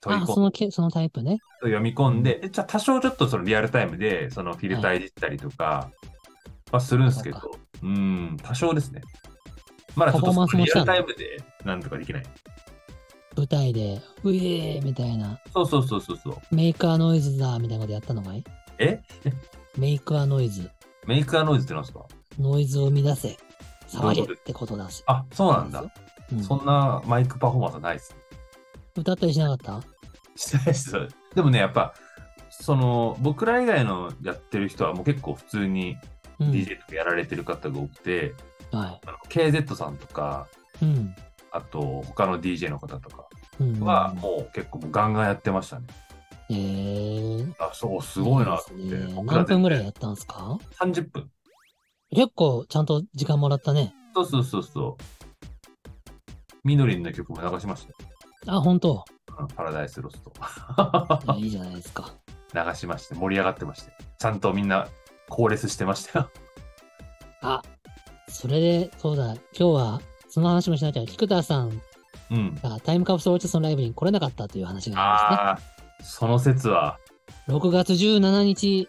[SPEAKER 2] 取り
[SPEAKER 1] あ、
[SPEAKER 2] 込ん
[SPEAKER 1] そのけ、そのタイプね。
[SPEAKER 2] 読み込んで、でじゃあ多少ちょっとそのリアルタイムでそのフィルターいじったりとかはするんですけど、
[SPEAKER 1] そう
[SPEAKER 2] うん、多少ですね。まだちょっと
[SPEAKER 1] パフォーマンスも
[SPEAKER 2] リ
[SPEAKER 1] し
[SPEAKER 2] ア
[SPEAKER 1] た
[SPEAKER 2] ル
[SPEAKER 1] の
[SPEAKER 2] タイムでなんとかできない。
[SPEAKER 1] 舞台で、うえーみたいな、
[SPEAKER 2] そうそうそうそうそう。
[SPEAKER 1] メイカーノイズだ、みたいなことやったのかい
[SPEAKER 2] え
[SPEAKER 1] メイクアノイズ。
[SPEAKER 2] メイクアノイズってなんですか
[SPEAKER 1] ノイズを生み出せ。騒
[SPEAKER 2] どうい
[SPEAKER 1] げ
[SPEAKER 2] うこと
[SPEAKER 1] ってことだし。
[SPEAKER 2] あ、そうなんだ。
[SPEAKER 1] うん
[SPEAKER 2] そんなマイクパフォーマンスはないです。
[SPEAKER 1] 歌ったりしなかった
[SPEAKER 2] してないです。でもね、やっぱ、その、僕ら以外のやってる人はもう結構普通に
[SPEAKER 1] うん。
[SPEAKER 2] DJ とかやられてる方が多くて、
[SPEAKER 1] は
[SPEAKER 2] あの KZ さんとか、
[SPEAKER 1] い。うん。
[SPEAKER 2] あと他の DJ の方とか
[SPEAKER 1] うん。
[SPEAKER 2] はもう結構もうガンガンやってましたね。
[SPEAKER 1] えー。
[SPEAKER 2] あ、そう、すごいなって。
[SPEAKER 1] いいですね
[SPEAKER 2] 僕ら
[SPEAKER 1] 何分ぐらい
[SPEAKER 2] 全
[SPEAKER 1] やったんですか
[SPEAKER 2] 然 ?30 分。
[SPEAKER 1] 結構ちゃんと時間もらったね。
[SPEAKER 2] そうそうそうそう。みのりんの曲も流しましたよ
[SPEAKER 1] あ、本当。
[SPEAKER 2] うんパラダイスロスト。
[SPEAKER 1] いやいいじゃないですか。
[SPEAKER 2] 流しまして、盛り上がってまして。ちゃんとみんな、コーレスしてましたよ。
[SPEAKER 1] あ、それで、そうだ、今日は、その話もしなきゃ、菊田さん
[SPEAKER 2] うん。
[SPEAKER 1] がタイムカプセルオーチェストのライブに来れなかったという話があ
[SPEAKER 2] ああ、その説は、
[SPEAKER 1] りますね。6月17日、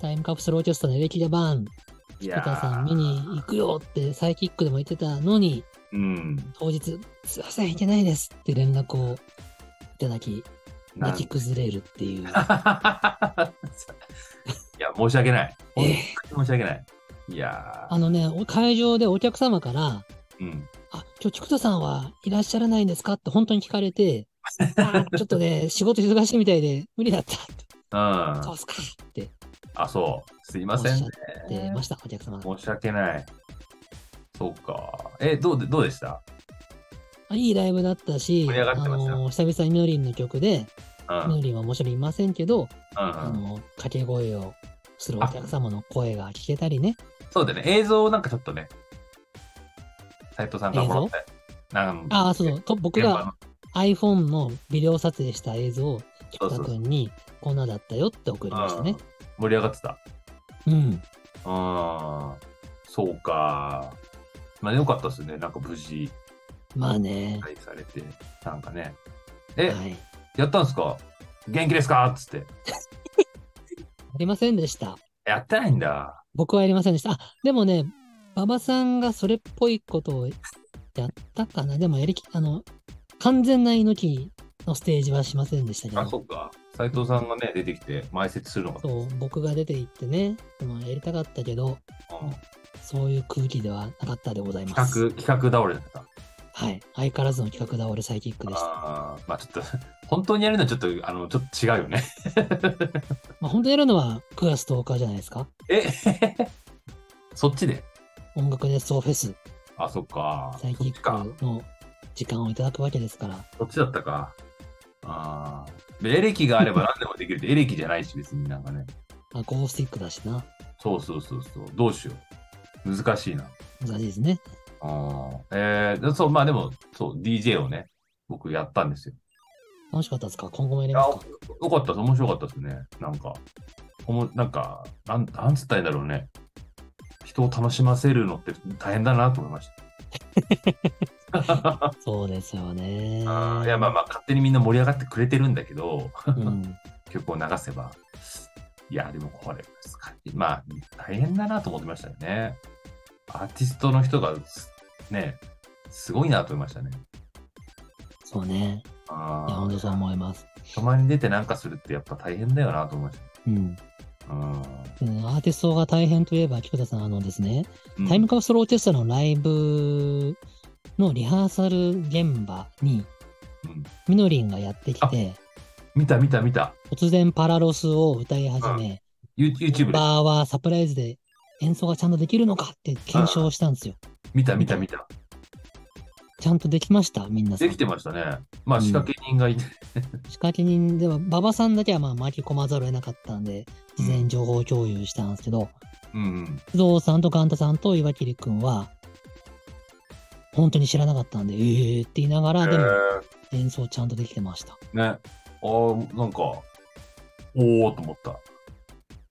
[SPEAKER 1] タイムカプセルオーチェストのエレキでバーン、
[SPEAKER 2] い
[SPEAKER 1] 菊田さん見
[SPEAKER 2] や
[SPEAKER 1] に行くよってサイキックでも言ってたのに、
[SPEAKER 2] ーうん。
[SPEAKER 1] 当日、すいません、行けないですって連絡をいただき、
[SPEAKER 2] なん
[SPEAKER 1] 泣き崩れるっていう。
[SPEAKER 2] いや、申し訳ない。
[SPEAKER 1] え
[SPEAKER 2] 本
[SPEAKER 1] え
[SPEAKER 2] 当に申し訳ない。いやー
[SPEAKER 1] あのね、お会場でお客様から、
[SPEAKER 2] うん。
[SPEAKER 1] あ、今日、菊田さんはいらっしゃらないんですかって本当に聞かれ て、あちょっとね、仕事忙しいみたいで無理だったって。
[SPEAKER 2] うん。
[SPEAKER 1] そう
[SPEAKER 2] あ、
[SPEAKER 1] っすかって
[SPEAKER 2] そう。すい
[SPEAKER 1] お
[SPEAKER 2] ま
[SPEAKER 1] っし
[SPEAKER 2] せ
[SPEAKER 1] ゃっ
[SPEAKER 2] んね。
[SPEAKER 1] てました、お客様が。
[SPEAKER 2] 申し訳ない。そうか。え、どうで、どうでした
[SPEAKER 1] あいいライブだったし、
[SPEAKER 2] 盛り上がってました
[SPEAKER 1] のー久々にみのりんの曲で、
[SPEAKER 2] うん。うん
[SPEAKER 1] みのりんはもちろんいませんけど、あ
[SPEAKER 2] うん。
[SPEAKER 1] のー掛け声をするお客様の声が聞けたりね。
[SPEAKER 2] そうだね。映像をなんかちょっとね、斉藤さんがもらったなん
[SPEAKER 1] ああ、そうそうと、僕
[SPEAKER 2] 現場
[SPEAKER 1] が iPhone のビデオ撮影した映像を
[SPEAKER 2] そう
[SPEAKER 1] 菊
[SPEAKER 2] そ
[SPEAKER 1] 田
[SPEAKER 2] う
[SPEAKER 1] くんにこんなだったよって送りました
[SPEAKER 2] の、うん
[SPEAKER 1] ね。
[SPEAKER 2] 盛り上がってた。
[SPEAKER 1] うん。
[SPEAKER 2] うん。そうか。まあ、よかったですね。なんか無事、
[SPEAKER 1] まあね。
[SPEAKER 2] 解されて、なんかね。
[SPEAKER 1] は
[SPEAKER 2] え、
[SPEAKER 1] い。
[SPEAKER 2] やったんですか元気ですかっつって。
[SPEAKER 1] ありませんでした。
[SPEAKER 2] やってないんだ。
[SPEAKER 1] 僕はやりませんでした。あ、でもね、馬場さんがそれっぽいことをやったかな。でもやりき、あの、完全な猪木のステージはしませんでしたけ
[SPEAKER 2] あ、
[SPEAKER 1] ど、
[SPEAKER 2] そっか。斉藤さんがね、出てきて、埋設するのが。
[SPEAKER 1] そう、僕が出て行ってね、でもやりたかったけど、
[SPEAKER 2] うん
[SPEAKER 1] そういう空気ではなかったでございます。
[SPEAKER 2] 企画、企画倒れだった。
[SPEAKER 1] はい。相変わらずの企画倒れサイキックでした。
[SPEAKER 2] ああ、まあちょっと、 本当にやるのはちょっと、あの、ちょっと違うよね。
[SPEAKER 1] まあ、本当やるのは9月10日じゃないですか。
[SPEAKER 2] えそっちで
[SPEAKER 1] 音楽熱奏フェス、
[SPEAKER 2] あ、そっか。
[SPEAKER 1] サイ
[SPEAKER 2] そ
[SPEAKER 1] キ
[SPEAKER 2] っ
[SPEAKER 1] ッ
[SPEAKER 2] ちか。
[SPEAKER 1] クの時間をいただくわけですから。
[SPEAKER 2] そっちだったか。ああ。で、エレキがあれば何でもできるって、エレキじゃないし、別になんかね。
[SPEAKER 1] あ、ゴースティックだしな。
[SPEAKER 2] そうそうそうそう。どうしよう。難しいな。
[SPEAKER 1] 難しいですね。
[SPEAKER 2] ああ。えー、そう、まあでも、そう、DJ をね、僕やったんですよ。
[SPEAKER 1] 楽しかったですか今後もや
[SPEAKER 2] い
[SPEAKER 1] り
[SPEAKER 2] や、
[SPEAKER 1] ます
[SPEAKER 2] よ
[SPEAKER 1] か
[SPEAKER 2] かったです。面白かったですね。なんか、おもなんか、なん、なんつったらいいんだろうね。人を楽しませるのって大変だなと思いました。
[SPEAKER 1] そうですよね。
[SPEAKER 2] あーいや、まあまあ、勝手にみんな盛り上がってくれてるんだけど、
[SPEAKER 1] うん
[SPEAKER 2] 曲を流せば。いや、でもこれ難しい。まあ、大変だなと思ってましたよね。アーティストの人がす、ね、すごいなと思いましたね。
[SPEAKER 1] そうね。
[SPEAKER 2] あ
[SPEAKER 1] いや、
[SPEAKER 2] あ
[SPEAKER 1] 本当そう思います。
[SPEAKER 2] 人前に出てなんかするってやっぱ大変だよなと思いまし
[SPEAKER 1] うん。
[SPEAKER 2] た。うん
[SPEAKER 1] うんアーティストが大変といえば、菊田さん、あのですね、
[SPEAKER 2] うん。
[SPEAKER 1] タイムカプセルオーケストラのライブのリハーサル現場に、
[SPEAKER 2] うん
[SPEAKER 1] みのりんがやってきて、
[SPEAKER 2] 見た見た見た。
[SPEAKER 1] 突然パラロスを歌い始め、
[SPEAKER 2] You- YouTube で
[SPEAKER 1] バーはサプライズで演奏がちゃんとできるのかって検証したんですよ。
[SPEAKER 2] 見た見た見た。
[SPEAKER 1] ちゃんとできました、みんなさん
[SPEAKER 2] できてましたね。まあ仕掛け人がいて。
[SPEAKER 1] 仕掛け人では、馬場さんだけはまあ巻き込まざるを得なかったんで、事前に情報共有したんですけど、
[SPEAKER 2] うんうん。
[SPEAKER 1] 不動さんとガンタさんと岩切くんは、本当に知らなかったんで、えーって言いながら、でも
[SPEAKER 2] え
[SPEAKER 1] 演奏ちゃんとできてました。
[SPEAKER 2] ーね。ああ、なんか、おおと思った。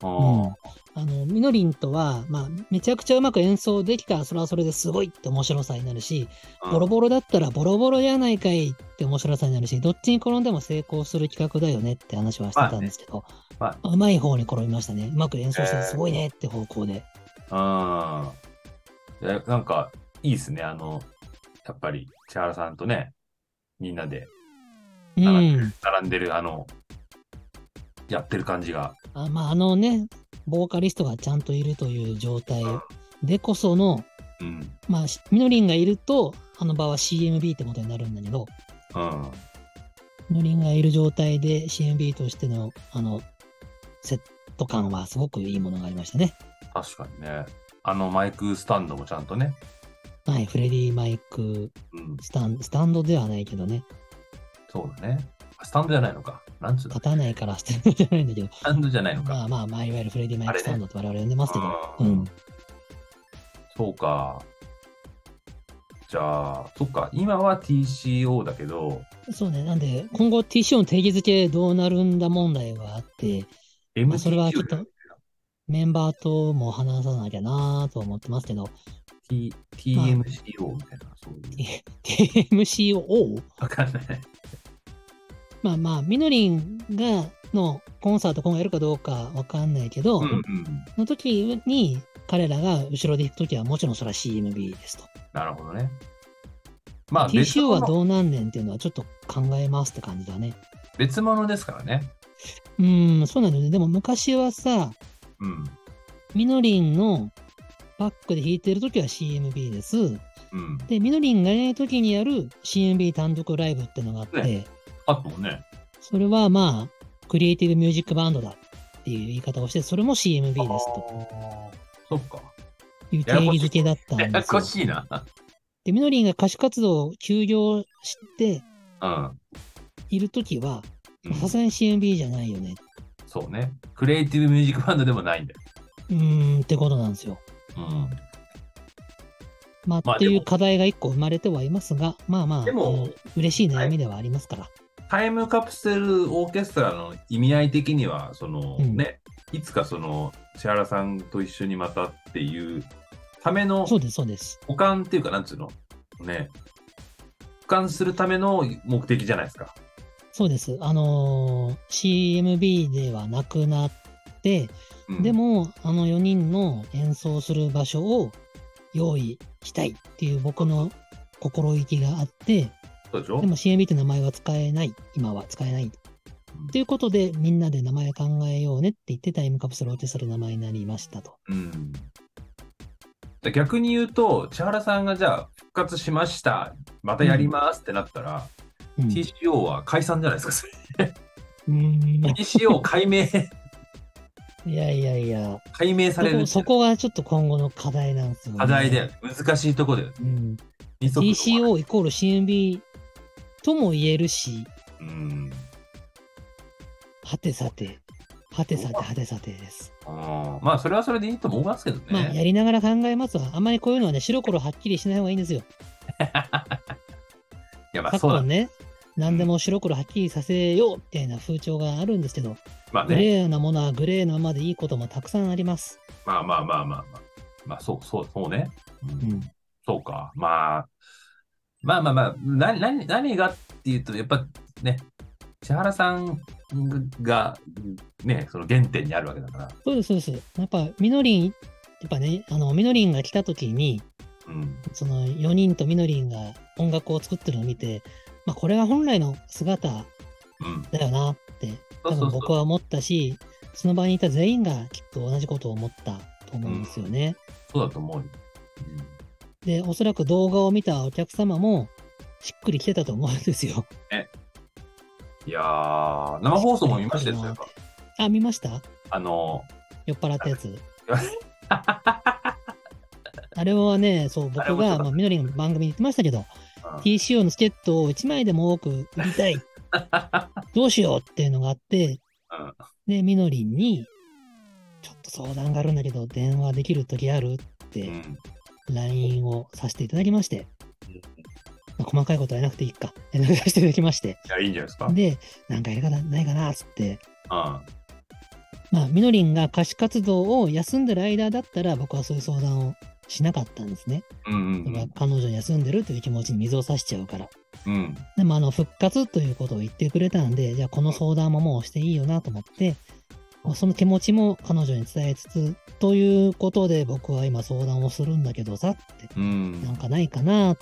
[SPEAKER 1] うん
[SPEAKER 2] あ
[SPEAKER 1] あの、みのりんとは、まあ、めちゃくちゃうまく演奏できたら、それはそれですごいって面白さになるし、
[SPEAKER 2] あ、
[SPEAKER 1] ボロボロだったらボロボロやないかいって面白さになるし、どっちに転んでも成功する企画だよねって話はしてたんですけど、
[SPEAKER 2] まあね
[SPEAKER 1] うまい方に転びましたね。うまく演奏してすごいねって方向で。
[SPEAKER 2] ああ。えなんか、いいですね。あの、やっぱり、千原さんとね、みんなで
[SPEAKER 1] う
[SPEAKER 2] 並んでる、
[SPEAKER 1] ん。
[SPEAKER 2] 並んでるあの、やってる感じが。
[SPEAKER 1] あまあ、あのね、ボーカリストがちゃんといるという状態でこその、
[SPEAKER 2] うん。
[SPEAKER 1] まあ、しみのりんがいると、あの場は CMB ってことになるんだけど、
[SPEAKER 2] うん。
[SPEAKER 1] みのりんがいる状態で CMB としての、あの、セット感はすごくいいものがありましたね。
[SPEAKER 2] 確かにね。あのマイクスタンドもちゃんとね。
[SPEAKER 1] はい、フレディ・マイク
[SPEAKER 2] うん。
[SPEAKER 1] スタン、スタンドではないけどね、
[SPEAKER 2] そうだね。あスタンドじゃないのか。なんつうの
[SPEAKER 1] 勝たないから捨てるんじゃないんだけど、
[SPEAKER 2] スタンドじゃないのか。
[SPEAKER 1] まあまあまあ、いわゆるフレディ・マイク・スタンドって我々呼んでますけど、
[SPEAKER 2] あ
[SPEAKER 1] う
[SPEAKER 2] ー
[SPEAKER 1] ん。
[SPEAKER 2] そうか。じゃあ、そっか。今は TCO だけど、
[SPEAKER 1] そうね、なんで、今後 TCO の定義づけどうなるんだ問題があって、まあ、
[SPEAKER 2] MTQ
[SPEAKER 1] それはちょっとメンバーとも話さなきゃなぁとは思ってますけど、
[SPEAKER 2] T- TMCO みたいな、そういう。
[SPEAKER 1] TMC を、
[SPEAKER 2] わかん ない。
[SPEAKER 1] まあまあ、みのりんが、のコンサート今後やるかどうかわかんないけど、
[SPEAKER 2] うんうん。
[SPEAKER 1] の時に彼らが後ろで弾く時はもちろんそれは CMB ですと。
[SPEAKER 2] なるほどね。まあ、別
[SPEAKER 1] TCO は
[SPEAKER 2] 物
[SPEAKER 1] どうなんねんっていうのはちょっと考えますって感じだね。
[SPEAKER 2] 別物ですからね。
[SPEAKER 1] うーん、そうなんだよね。でも昔はさ、
[SPEAKER 2] うん。
[SPEAKER 1] みのりんのバックで弾いてるときは CMB です。
[SPEAKER 2] うん。
[SPEAKER 1] で、みのりんがいないときにやる CMB 単独ライブってのがあって、
[SPEAKER 2] ねあともね。
[SPEAKER 1] それはまあ、クリエイティブミュージックバンドだっていう言い方をして、それも CMB ですと
[SPEAKER 2] あーそっか。
[SPEAKER 1] いう定義づけだった
[SPEAKER 2] や
[SPEAKER 1] ん
[SPEAKER 2] や
[SPEAKER 1] です
[SPEAKER 2] こ
[SPEAKER 1] よ。
[SPEAKER 2] しいな。
[SPEAKER 1] で、みのりんが歌手活動を休業して
[SPEAKER 2] うん。
[SPEAKER 1] いるときは、
[SPEAKER 2] うん
[SPEAKER 1] さすがに CMB じゃないよね。
[SPEAKER 2] そうね。クリエイティブミュージックバンドでもないんだよ。
[SPEAKER 1] うーん、ってことなんですよ。
[SPEAKER 2] う
[SPEAKER 1] まあ、
[SPEAKER 2] まあ
[SPEAKER 1] ってい
[SPEAKER 2] で
[SPEAKER 1] う
[SPEAKER 2] も
[SPEAKER 1] 課題が一個生まれてはいますが、まあまあ、
[SPEAKER 2] でも
[SPEAKER 1] あの嬉しい悩みではありますから。
[SPEAKER 2] ん。タイムカプセルオーケストラの意味合い的には、その、
[SPEAKER 1] うん
[SPEAKER 2] ね、いつかその、千原さんと一緒にまたっていうための
[SPEAKER 1] そうです、そうです。
[SPEAKER 2] 保管っていうか、なんつうのね。保管するための目的じゃないですか。
[SPEAKER 1] そうです。あのー CMB ではなくなって、
[SPEAKER 2] うん
[SPEAKER 1] で、も、あの4人の演奏する場所を用意したいっていう僕の心意気があって、
[SPEAKER 2] そうでしょ
[SPEAKER 1] でも CMB って名前は使えない。今は使えない。ということで、みんなで名前考えようねって言ってタイムカプセルを手する名前になりましたと。
[SPEAKER 2] うん。で逆に言うと、千原さんがじゃあ復活しました、またやりますってなったら、
[SPEAKER 1] うん
[SPEAKER 2] TCO は解散じゃないですか、それ
[SPEAKER 1] うー
[SPEAKER 2] TCO 解
[SPEAKER 1] ん。
[SPEAKER 2] 明、
[SPEAKER 1] いやいやいや。
[SPEAKER 2] 解明
[SPEAKER 1] そ
[SPEAKER 2] される
[SPEAKER 1] こそこがちょっと今後の課題なんですよ、ね。
[SPEAKER 2] 課題だよ。難しいとこだよ。
[SPEAKER 1] うん。
[SPEAKER 2] 二足のわらじ
[SPEAKER 1] TCO イコール CMB とも言えるし、
[SPEAKER 2] うん。
[SPEAKER 1] はてさて、はてさてはてさてです。
[SPEAKER 2] あーまあ、それはそれでいいと思いますけどね。
[SPEAKER 1] まあ、やりながら考えますわ。あんまりこういうのはね、白黒はっきりしない方がいいんですよ。
[SPEAKER 2] いや、まあ、
[SPEAKER 1] 昨
[SPEAKER 2] そうだ
[SPEAKER 1] 今
[SPEAKER 2] ね。
[SPEAKER 1] ね、何でも白黒はっきりさせようみたいな風潮があるんですけど、
[SPEAKER 2] まあ
[SPEAKER 1] グ
[SPEAKER 2] ね。
[SPEAKER 1] レーなものはグレーのままでいいこともたくさんあります。
[SPEAKER 2] まあまあまあまあまあ。まあ、そうそう、そうね。うん
[SPEAKER 1] うん。
[SPEAKER 2] そうか。まあ、まあまあまあ、な、な、何がっていうと、やっぱね、千原さんが、ね、その原点にあるわけだから。
[SPEAKER 1] そうです、そうです。やっぱ、みのりん、やっぱね、あの、みのりんが来た時に、
[SPEAKER 2] うん。
[SPEAKER 1] その4人とみのりんが音楽を作ってるのを見て、まあ、これが本来の姿
[SPEAKER 2] うん。
[SPEAKER 1] だよなって、多
[SPEAKER 2] そうそ
[SPEAKER 1] 分
[SPEAKER 2] う
[SPEAKER 1] 僕
[SPEAKER 2] そう。
[SPEAKER 1] は思ったし、その場にいた全員がきっと同じことを思ったと思うんですよね。
[SPEAKER 2] そうだと思うよ。うん
[SPEAKER 1] で、おそらく動画を見たお客様も、しっくりきてたと思うんですよ。
[SPEAKER 2] いやー、生放送も見ましたよ、そういえば
[SPEAKER 1] あ、見ました
[SPEAKER 2] あの、
[SPEAKER 1] 酔っ払ったや つ
[SPEAKER 2] や。
[SPEAKER 1] あれはね、そう、
[SPEAKER 2] あ
[SPEAKER 1] 僕
[SPEAKER 2] れ面白かっ
[SPEAKER 1] が、
[SPEAKER 2] た
[SPEAKER 1] まあ、みのりんの番組に言ってましたけど、
[SPEAKER 2] うん
[SPEAKER 1] TCO のチケットを1枚でも多く売り たい。どうしようっていうのがあって、で、みのりんに、ちょっと相談があるんだけど、電話できる時あるっ
[SPEAKER 2] う
[SPEAKER 1] て、
[SPEAKER 2] ん
[SPEAKER 1] LINE をさせていただきまして、まあ細かいことはやらなくていいか、連絡させていただきまして、
[SPEAKER 2] いや、いいんじゃないですか。
[SPEAKER 1] で、なんかやり方ないかな、つって、
[SPEAKER 2] う
[SPEAKER 1] まあ、みのりんが歌手活動を休んでる間だったら、僕はそういう相談をしなかったんですね。
[SPEAKER 2] ん。うんうん
[SPEAKER 1] やっぱ彼女休んでるという気持ちに水を差しちゃうから。
[SPEAKER 2] うん。うん。
[SPEAKER 1] でもあの復活ということを言ってくれたんで、じゃあこの相談ももうしていいよなと思って、まあその気持ちも彼女に伝えつつ、ということで僕は今相談をするんだけどさって、
[SPEAKER 2] うん
[SPEAKER 1] なんかないかなっ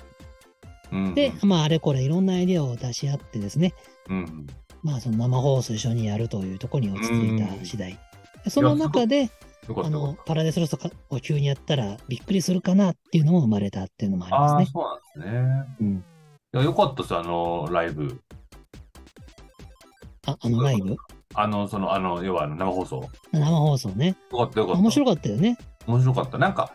[SPEAKER 2] うん
[SPEAKER 1] て、まああれこれいろんなアイデアを出し合ってですね、
[SPEAKER 2] うん。
[SPEAKER 1] まあその生放送一緒にやるというところに落ち着いた次第。でその中で、
[SPEAKER 2] よかっ
[SPEAKER 1] あ
[SPEAKER 2] たよ
[SPEAKER 1] の
[SPEAKER 2] かっ
[SPEAKER 1] パラデスロストを急にやったらびっくりするかなっていうのも生まれたっていうのもあ
[SPEAKER 2] た。
[SPEAKER 1] ります
[SPEAKER 2] ああ、
[SPEAKER 1] ね。
[SPEAKER 2] そうなんですね。
[SPEAKER 1] うん
[SPEAKER 2] いや、よかったです、あの、ライブ。
[SPEAKER 1] ああのライブ
[SPEAKER 2] あの、その、あの、要はあの生放送。
[SPEAKER 1] 生放送ね。
[SPEAKER 2] よかった、よかった。
[SPEAKER 1] 面白かったよね。
[SPEAKER 2] 面白かった。なんか、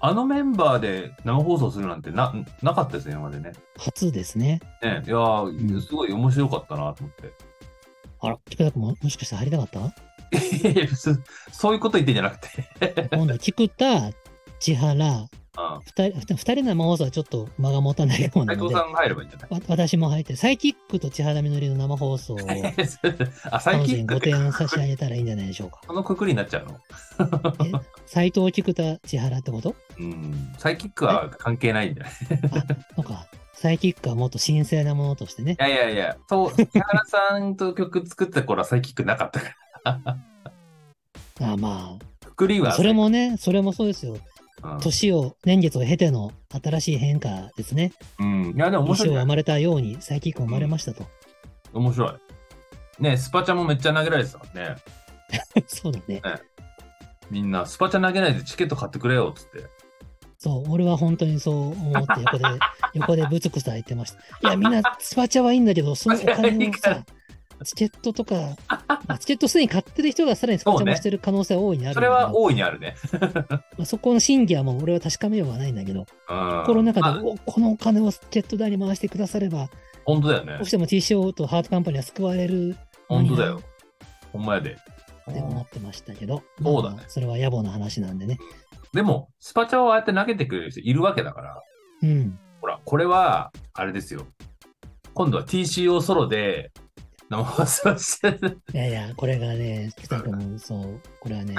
[SPEAKER 2] あのメンバーで生放送するなんてな、なかったですね、今までね。
[SPEAKER 1] 初ですね。
[SPEAKER 2] ねいやー、
[SPEAKER 1] うん
[SPEAKER 2] すごい面白かったなと思って。
[SPEAKER 1] あら、菊田君ももしかして入りたかった
[SPEAKER 2] いやいやそそういうこと言ってんじゃなくて。
[SPEAKER 1] 今度、菊田、千原、
[SPEAKER 2] うん。
[SPEAKER 1] 二人、二人の生放送はちょっと間が持たないかもな
[SPEAKER 2] 斉
[SPEAKER 1] の
[SPEAKER 2] 藤
[SPEAKER 1] で、
[SPEAKER 2] さ
[SPEAKER 1] わ
[SPEAKER 2] んが入ればいいんじゃない
[SPEAKER 1] 私も入って、サイキックと千原みのりの生放 送を
[SPEAKER 2] あ、
[SPEAKER 1] 彼
[SPEAKER 2] 最
[SPEAKER 1] 女
[SPEAKER 2] 近
[SPEAKER 1] にご提案差し上げたらいいんじゃないでしょうか。
[SPEAKER 2] このくくりになっちゃうの
[SPEAKER 1] え斎藤、菊田、千原ってこと
[SPEAKER 2] うん。サイキックは関係ないんじゃない
[SPEAKER 1] のか、サイキックはもっと神聖なものとしてね
[SPEAKER 2] い。やいやいや、そう、木原さんと曲作った頃はサイキックなかったから。
[SPEAKER 1] あま
[SPEAKER 2] くくり
[SPEAKER 1] あ、
[SPEAKER 2] は。
[SPEAKER 1] それもね、それもそうですよ。
[SPEAKER 2] うん、
[SPEAKER 1] 年を、年月を経ての新しい変化ですね。
[SPEAKER 2] うん。いや、でも
[SPEAKER 1] 衣
[SPEAKER 2] 面白
[SPEAKER 1] 装が
[SPEAKER 2] い
[SPEAKER 1] 生。まれたように、サイキックも生まれましたと。
[SPEAKER 2] 面白い。ねスパチャもめっちゃ投げられてたもんね。
[SPEAKER 1] そうだね。
[SPEAKER 2] みんな、スパチャ投げないでチケット買ってくれよっつって。
[SPEAKER 1] そう、俺は本当にそう思って横 で、横でブツブツ言ってました。いや、みんなスパチャはいいんだけど、そのお金を
[SPEAKER 2] スパチャはいい
[SPEAKER 1] さ、チケットとか、まあチケットすでに買ってる人がさらにスパチャもしてる可能性は大いにあるんだ
[SPEAKER 2] それ
[SPEAKER 1] けど
[SPEAKER 2] は大いにあるね。
[SPEAKER 1] まあ、そこの真偽はもう俺は確かめようがないんだけど、
[SPEAKER 2] うん。
[SPEAKER 1] 心の中
[SPEAKER 2] ま
[SPEAKER 1] で、
[SPEAKER 2] あ
[SPEAKER 1] おこのお金をチケット代に回してくだされば、
[SPEAKER 2] 本当だよね
[SPEAKER 1] どう。しても TCO とハートカンパニーは救われるの
[SPEAKER 2] 本
[SPEAKER 1] にな
[SPEAKER 2] 当だよ。ほんまやで。
[SPEAKER 1] って思ってましたけど、
[SPEAKER 2] そうだね
[SPEAKER 1] まあそれは野暮な話なんでね。
[SPEAKER 2] でも、スパチャをああやって投げてくれる人いるわけだから。
[SPEAKER 1] うん。
[SPEAKER 2] ほら、これは、あれですよ。今度は TCO ソロで生放送してる。
[SPEAKER 1] いやいや、これがね、菊田君、そう、これはね、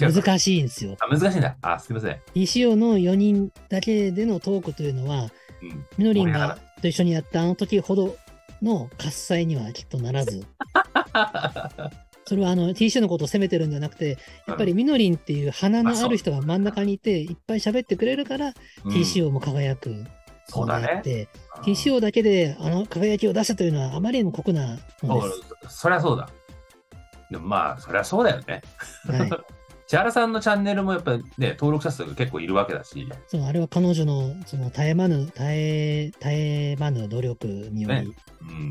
[SPEAKER 2] 違うか
[SPEAKER 1] 難しいんですよ。
[SPEAKER 2] あ難しいんだ。あ、すみません。
[SPEAKER 1] 西尾の4人だけでのトークというのは、
[SPEAKER 2] うん。
[SPEAKER 1] みのりん
[SPEAKER 2] 盛り上が
[SPEAKER 1] がと一緒にやったあの時ほどの喝采にはきっとなら ず、それはあの T シのことを責めてるんじゃなくて、やっぱりみのりんっていう鼻のある人が真ん中にいて、いっぱい喋ってくれるから、
[SPEAKER 2] うん
[SPEAKER 1] TCO も輝く。
[SPEAKER 2] そうだね。
[SPEAKER 1] て、
[SPEAKER 2] うん
[SPEAKER 1] TCO だけであの輝きを出すというのはあまりにも酷なの
[SPEAKER 2] そ
[SPEAKER 1] で
[SPEAKER 2] うそりゃそうだ。でもまあ、そりゃそうだよね。
[SPEAKER 1] す。はい。
[SPEAKER 2] 千原さんのチャンネルもやっぱりね、登録者数が結構いるわけだし、
[SPEAKER 1] そのあれは彼女のその絶えまぬ、絶え、絶えまぬ努力によ
[SPEAKER 2] ね
[SPEAKER 1] り、
[SPEAKER 2] うん。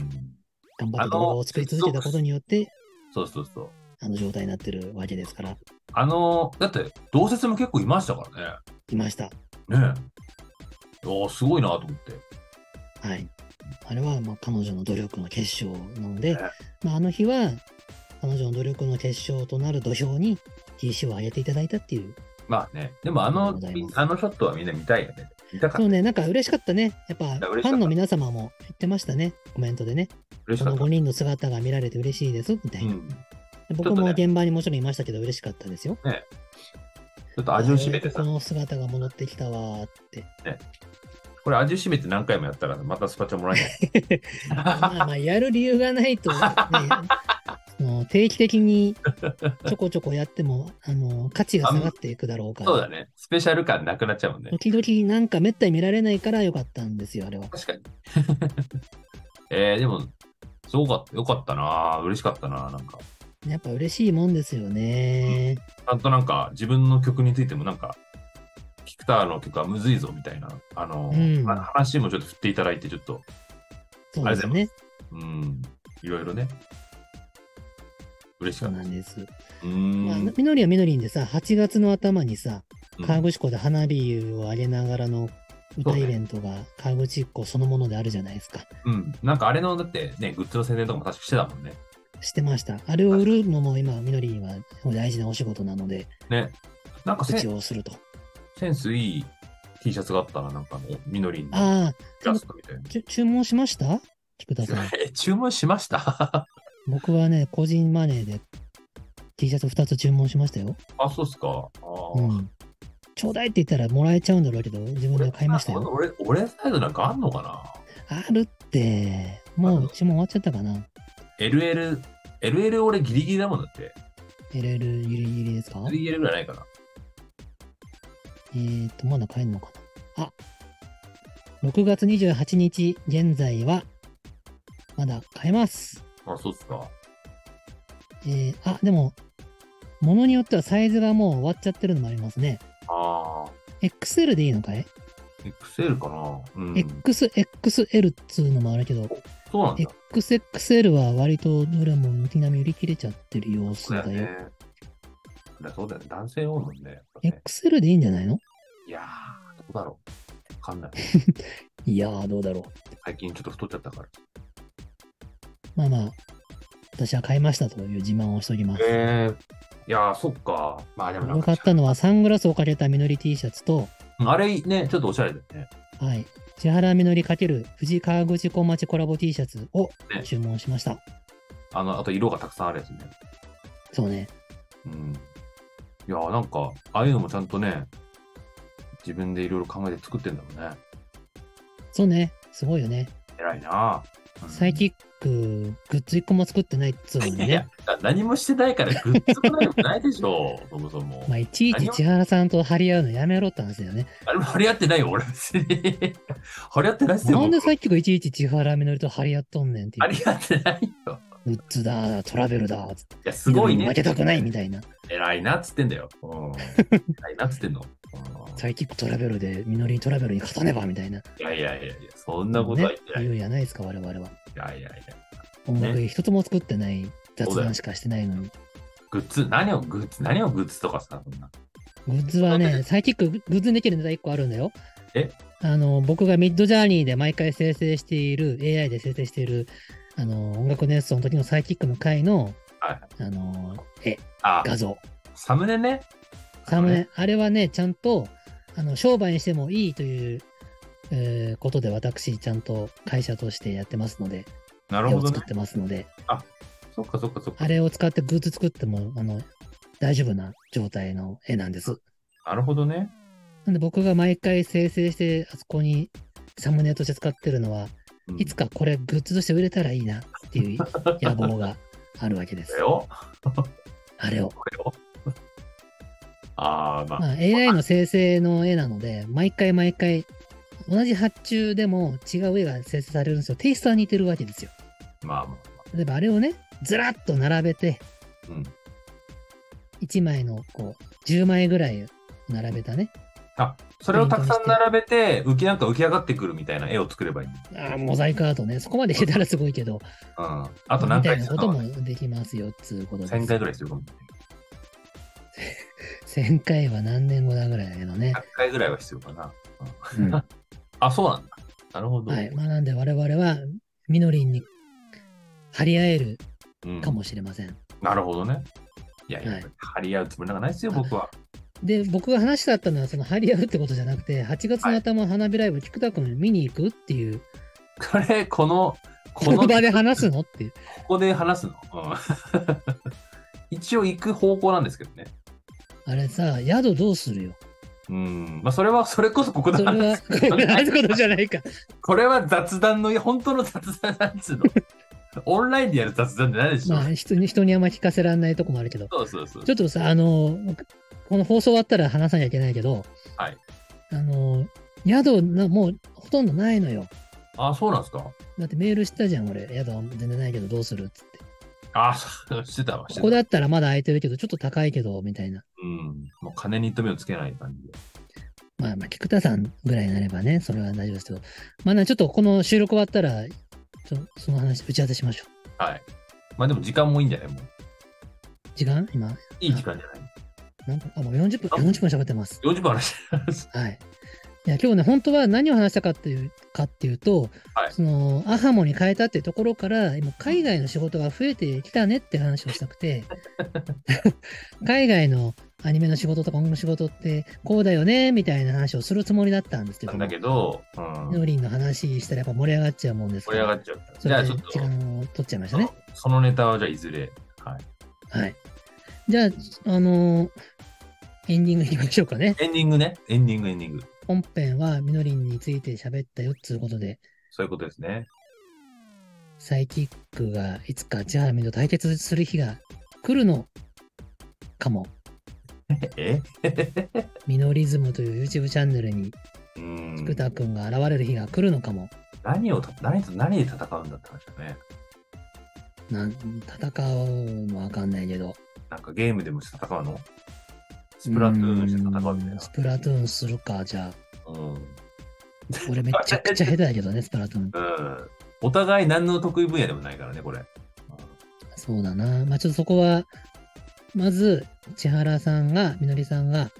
[SPEAKER 1] 頑張って
[SPEAKER 2] あの
[SPEAKER 1] 動画を作り続けたことによって、
[SPEAKER 2] そうそうそう。
[SPEAKER 1] あの状態になってるわけですから、
[SPEAKER 2] あの、だって、同説も結構いましたから
[SPEAKER 1] いました。
[SPEAKER 2] ね。ねえ。おーすごいなと思って。
[SPEAKER 1] はい。あれは、まあ、彼女の努力の結晶なので
[SPEAKER 2] ね、
[SPEAKER 1] まあ、あの日は、彼女の努力の結晶となる土俵に TC を上げていただいたっていう。
[SPEAKER 2] まあね、でもあの
[SPEAKER 1] ありがとうございます
[SPEAKER 2] あのショットはみんな見たいよね。見たか
[SPEAKER 1] そ
[SPEAKER 2] っ
[SPEAKER 1] うね、なんか嬉しかったね。やっぱ
[SPEAKER 2] や
[SPEAKER 1] フ
[SPEAKER 2] 嬉しかった
[SPEAKER 1] ァンの皆様も言ってましたね、コメントでね。
[SPEAKER 2] た。嬉し
[SPEAKER 1] こ
[SPEAKER 2] かっ
[SPEAKER 1] の
[SPEAKER 2] た
[SPEAKER 1] 5。人の姿が見られて嬉しいですみたいうな。
[SPEAKER 2] ん
[SPEAKER 1] 僕
[SPEAKER 2] ちょ
[SPEAKER 1] も
[SPEAKER 2] っとね
[SPEAKER 1] 現場にもちろんいましたけど嬉しかったですよ。
[SPEAKER 2] ちょっと味を占めて
[SPEAKER 1] あ
[SPEAKER 2] さ
[SPEAKER 1] こ、の姿が戻ってきたわーって。
[SPEAKER 2] これ味を占めて何回もやったらまたスパチャもらえない。
[SPEAKER 1] まあまあやる理由がないと、ね、 その定期的にちょこちょこやってもあの価値が下がっていくだろうから。
[SPEAKER 2] そうだね。スペシャル感なくなっちゃうもんね。
[SPEAKER 1] 時々なんかめったに見られないからよかったんですよ、あれは。
[SPEAKER 2] 確かに。 えー、でも、すごかった。よかったな。嬉しかったな。なんか、ち
[SPEAKER 1] やっぱ嬉しいもんですよね。
[SPEAKER 2] ゃんとなんか自分の曲についてもなんか、キクターの曲はむずいぞみたいな、あの、
[SPEAKER 1] うん
[SPEAKER 2] あ話もちょっと振っていただいて、ちょっと、
[SPEAKER 1] そうです
[SPEAKER 2] あり
[SPEAKER 1] ね。
[SPEAKER 2] うん、いろいろね。嬉し
[SPEAKER 1] そ
[SPEAKER 2] か
[SPEAKER 1] う
[SPEAKER 2] った
[SPEAKER 1] な
[SPEAKER 2] です。
[SPEAKER 1] んです。
[SPEAKER 2] う
[SPEAKER 1] まあ
[SPEAKER 2] ーん。
[SPEAKER 1] みのりはみのりんでさ、8月の頭にさ、
[SPEAKER 2] うん
[SPEAKER 1] 河口湖で花火を上げながらの歌イベントが河口湖そのものであるじゃないですか。
[SPEAKER 2] うん。なんかあれの、だってね、グッズの宣伝とかも確かしてたもんね。
[SPEAKER 1] してました。あれを売るのも今、みのりんは大事なお仕事なので、
[SPEAKER 2] ね。なんかセ
[SPEAKER 1] 口
[SPEAKER 2] ン
[SPEAKER 1] をすると。
[SPEAKER 2] センスいい T シャツがあったな、なんかね、みのりんの
[SPEAKER 1] あ
[SPEAKER 2] イラストみたいな
[SPEAKER 1] あ、。ちゅ注文しました菊田さん。
[SPEAKER 2] え、注文しました
[SPEAKER 1] 僕はね、個人マネーで T シャツ2つ注文しましたよ。
[SPEAKER 2] あ、そうっすか。あー
[SPEAKER 1] うん。ちょうだいって言ったらもらえちゃうんだろうけど、自分で買いましたよ。
[SPEAKER 2] 俺、俺俺サイズなんかあんのかな
[SPEAKER 1] あるって、もううちも終わっちゃったかな。
[SPEAKER 2] ?LL、LL 俺ギリギリだもんだって。
[SPEAKER 1] LL ギリギリですか
[SPEAKER 2] ギリギリぐらいないかな。
[SPEAKER 1] えーと、まだ買えるのかなあ、6月28日現在は、まだ買えます。
[SPEAKER 2] あ、そうっすか。
[SPEAKER 1] えー、あ、でも、ものによってはサイズがもう終わっちゃってるのもありますね。
[SPEAKER 2] あ
[SPEAKER 1] XL でいいのかい、
[SPEAKER 2] ー、XL かなうん。
[SPEAKER 1] ?XXL っつうのもあるけど、
[SPEAKER 2] そうなんだ。
[SPEAKER 1] XXL は割とどれも軒並み売り切れちゃってる様子
[SPEAKER 2] そうだ
[SPEAKER 1] だ
[SPEAKER 2] よ
[SPEAKER 1] よ。
[SPEAKER 2] ね。だそうだよね。男性多いもんね。やっぱね
[SPEAKER 1] XL でいいんじゃないの
[SPEAKER 2] いやー、どうだろう。わかんない。
[SPEAKER 1] いやー、どうだろう。
[SPEAKER 2] 最近ちょっと太っちゃったから。
[SPEAKER 1] まあまあ、私は買いましたという自慢をしておきます。
[SPEAKER 2] えー、いやー、そっか。まあでもなん
[SPEAKER 1] 僕買
[SPEAKER 2] か
[SPEAKER 1] ったのはサングラスをかけたみのり T シャツと、
[SPEAKER 2] うんあれね、ちょっとおしゃれだよね。
[SPEAKER 1] はい、千原みのり×富士河口湖町コラボ T シャツを
[SPEAKER 2] ね
[SPEAKER 1] 注文しました。
[SPEAKER 2] あの、あと色がたくさんあるやつね。
[SPEAKER 1] そうね。
[SPEAKER 2] うん。いやー、なんか、ああいうのもちゃんとね、自分でいろいろ考えて作ってんだろうね。
[SPEAKER 1] そうね。すごいよね。
[SPEAKER 2] 偉いなー、うん
[SPEAKER 1] サイキック、グッズ1個も作ってないっつうのに
[SPEAKER 2] いや
[SPEAKER 1] ね。、
[SPEAKER 2] 何もしてないからグッズもないもないでしょ、 そもそも
[SPEAKER 1] ま。あ、いちいち千原さんと張り合うのやめろって話だよね。
[SPEAKER 2] あれも張り合ってないよ、俺別に。 張り合ってないっすよ。
[SPEAKER 1] なんで
[SPEAKER 2] 僕
[SPEAKER 1] さっきがいちいち千原みのりと張り合っとんねんってい
[SPEAKER 2] 張
[SPEAKER 1] う。
[SPEAKER 2] り合ってないよ。
[SPEAKER 1] グッズだ、トラベルだ、つって
[SPEAKER 2] いや、すごいね。
[SPEAKER 1] 負けたくないみたいな。
[SPEAKER 2] 偉いなっつってんだよ。うん、偉いなっつってんの。うん
[SPEAKER 1] サイキックトラベルでみのりトラベルに勝たねばみたいな。
[SPEAKER 2] いやいやいやいや、そんなことは言ってな
[SPEAKER 1] ね
[SPEAKER 2] い。い
[SPEAKER 1] 言うじゃないですか、我々は。
[SPEAKER 2] やいやいや。
[SPEAKER 1] 音楽一つも作ってない雑
[SPEAKER 2] そうだよ
[SPEAKER 1] 談しかしてないのに。
[SPEAKER 2] グッズ、何をグッズ、何をグッズとかさ、そんな。
[SPEAKER 1] グッズはね、サイキックグッズにできるネタ1個あるんだよ。
[SPEAKER 2] え
[SPEAKER 1] あの、僕がミッドジャーニーで毎回生成している、AI で生成している、あの、音楽演奏の時のサイキックの回の、
[SPEAKER 2] はい
[SPEAKER 1] あの、絵、
[SPEAKER 2] あ、
[SPEAKER 1] 画像、
[SPEAKER 2] サムネね。
[SPEAKER 1] サムネ、あれはね、ちゃんと、あの、商売にしてもいいという、えーことで私、ちゃんと会社としてやってますので、
[SPEAKER 2] なる
[SPEAKER 1] 絵
[SPEAKER 2] ほ
[SPEAKER 1] を
[SPEAKER 2] ど
[SPEAKER 1] 作
[SPEAKER 2] ね
[SPEAKER 1] っ。てますので、
[SPEAKER 2] そっかそっかそっか。
[SPEAKER 1] あれを使ってグッズ作っても、あの、大丈夫な状態の絵なんです。
[SPEAKER 2] なるほどね。
[SPEAKER 1] なんで僕が毎回生成して、あそこにサムネとして使ってるのは、
[SPEAKER 2] うん
[SPEAKER 1] いつかこれグッズとして売れたらいいなって いう野望があるわけで
[SPEAKER 2] こ
[SPEAKER 1] す
[SPEAKER 2] れ。を
[SPEAKER 1] あれを。
[SPEAKER 2] これを ああ、まあ、
[SPEAKER 1] まあ、AI の生成の絵なので、毎回毎回、同じ発注でも違う絵が生成されるんですよ。テイストは似てるわけですよ。
[SPEAKER 2] まあまあ、
[SPEAKER 1] 例えばあれをね、ずらっと並べて、
[SPEAKER 2] うん。
[SPEAKER 1] 1枚のこう、10枚ぐらい並べたね。
[SPEAKER 2] あ、それをたくさん並べて、浮きなんか浮き上がってくるみたいな絵を作ればいい。
[SPEAKER 1] ああ、モザイクアートね。そこまでいけたらすごいけど、
[SPEAKER 2] うん。あと何
[SPEAKER 1] みた
[SPEAKER 2] 回
[SPEAKER 1] いな
[SPEAKER 2] する
[SPEAKER 1] こと
[SPEAKER 2] の
[SPEAKER 1] もできますよ、つうことです。
[SPEAKER 2] ?1000 回ぐらいするかもしれない。
[SPEAKER 1] 1000回は何年後だぐらいだけどね
[SPEAKER 2] 100。回ぐらいは必要かな。
[SPEAKER 1] うん
[SPEAKER 2] うんあ、そうなんだ。なるほど。
[SPEAKER 1] はい。まあ、なんで我々は、みのりんに張り合える
[SPEAKER 2] うん
[SPEAKER 1] かもしれません。
[SPEAKER 2] なるほどね。いやいや、
[SPEAKER 1] はい
[SPEAKER 2] 張り合うつもりなんかないですよ、僕は。
[SPEAKER 1] で、僕が話したかったのは、その張り合うってことじゃなくて、8月の頭、花火ライブ、菊田君見に行くっていう、
[SPEAKER 2] これ、この、
[SPEAKER 1] こ
[SPEAKER 2] この、
[SPEAKER 1] の
[SPEAKER 2] こ
[SPEAKER 1] 場で話すのっていう。
[SPEAKER 2] こで話すの。うん 一応行く方向なんですけどね。
[SPEAKER 1] あれさ、宿どうするよ。
[SPEAKER 2] うん。まあ、それは、それこそここで
[SPEAKER 1] それ
[SPEAKER 2] 話
[SPEAKER 1] は、これ話すことじゃないか。
[SPEAKER 2] これは雑談の、本当の雑談なんつう の。オンラインでやる雑談じゃないでしょ。
[SPEAKER 1] まあ、人に、人にあんま聞かせられないとこもあるけど。
[SPEAKER 2] そうそうそう
[SPEAKER 1] ち。ょっとさ、あの、この放送終わったら話さなきゃいけないけど、
[SPEAKER 2] はい。
[SPEAKER 1] あの、宿な、もうほとんどないのよ。
[SPEAKER 2] あ、そうなんですか。
[SPEAKER 1] だってメールしたじゃん、俺。宿は全然ないけど、どうするっつって。
[SPEAKER 2] あ、そう してたわ。して
[SPEAKER 1] ここ
[SPEAKER 2] た
[SPEAKER 1] だったらまだ空いてるけど、ちょっと高いけど、みたいな。
[SPEAKER 2] うん。もう金に糸目をつけない感じで。
[SPEAKER 1] まあ、まあ、菊田さんぐらいになればね、それは大丈夫ですけど。まあな、ちょっとこの収録終わったら、ちょその話、打ち合わせしましょう。
[SPEAKER 2] はい。まあでも時間もいいんじゃないもう。
[SPEAKER 1] 時間今、
[SPEAKER 2] いい時間じゃない。
[SPEAKER 1] なんか、あ、もう40分、40分喋ってます。
[SPEAKER 2] 40分話してます。
[SPEAKER 1] はい。いや、今日ね、本当は何を話したかっていう、かっていうと、
[SPEAKER 2] はい
[SPEAKER 1] その、アハモに変えたっていうところから、今、海外の仕事が増えてきたねって話をしたく て、海外のアニメの仕事とか音楽の仕事って、こうだよね、みたいな話をするつもりだったんですけ
[SPEAKER 2] な
[SPEAKER 1] ど
[SPEAKER 2] ん
[SPEAKER 1] も
[SPEAKER 2] だ、けど、うん。
[SPEAKER 1] ノリンの話したらやっぱ盛り上がっちゃうもんです
[SPEAKER 2] 盛
[SPEAKER 1] か
[SPEAKER 2] り上が
[SPEAKER 1] ら、
[SPEAKER 2] っちゃった。
[SPEAKER 1] そ
[SPEAKER 2] じゃ
[SPEAKER 1] れ
[SPEAKER 2] あ
[SPEAKER 1] で
[SPEAKER 2] ちょっと
[SPEAKER 1] 時、間を取っちゃいまし
[SPEAKER 2] そ
[SPEAKER 1] たね
[SPEAKER 2] の。そのネタはじゃあいずれ。はい。
[SPEAKER 1] はい。じゃあ、あのーエンディングいきましょうかね。
[SPEAKER 2] エンディングね。エンディング、エンディング。
[SPEAKER 1] 本編はみのりんについて喋ったよっつうことで、
[SPEAKER 2] そういうことですね。
[SPEAKER 1] サイキックがいつかジャーミンと対決する日が来るのかも。
[SPEAKER 2] え
[SPEAKER 1] ミノリズムという YouTube チャンネルに
[SPEAKER 2] うん
[SPEAKER 1] 福。田くんが現れる日が来るのかも。
[SPEAKER 2] 何をた、何と何で戦うんだって話だね。
[SPEAKER 1] なん戦うのはわかんないけど。
[SPEAKER 2] なんかゲームでもして戦うのスプラトゥーンして戦うみたい
[SPEAKER 1] うん
[SPEAKER 2] な
[SPEAKER 1] ス。プラトゥーンするか、じゃあ。
[SPEAKER 2] うん。うん。
[SPEAKER 1] 俺めちゃくちゃ下手だけどね、スプラトゥー ン。
[SPEAKER 2] お互い何の得意分野でもないからね、これ。
[SPEAKER 1] そうだな。まあちょっとそこは、まず、千原さんが、みのりさんが、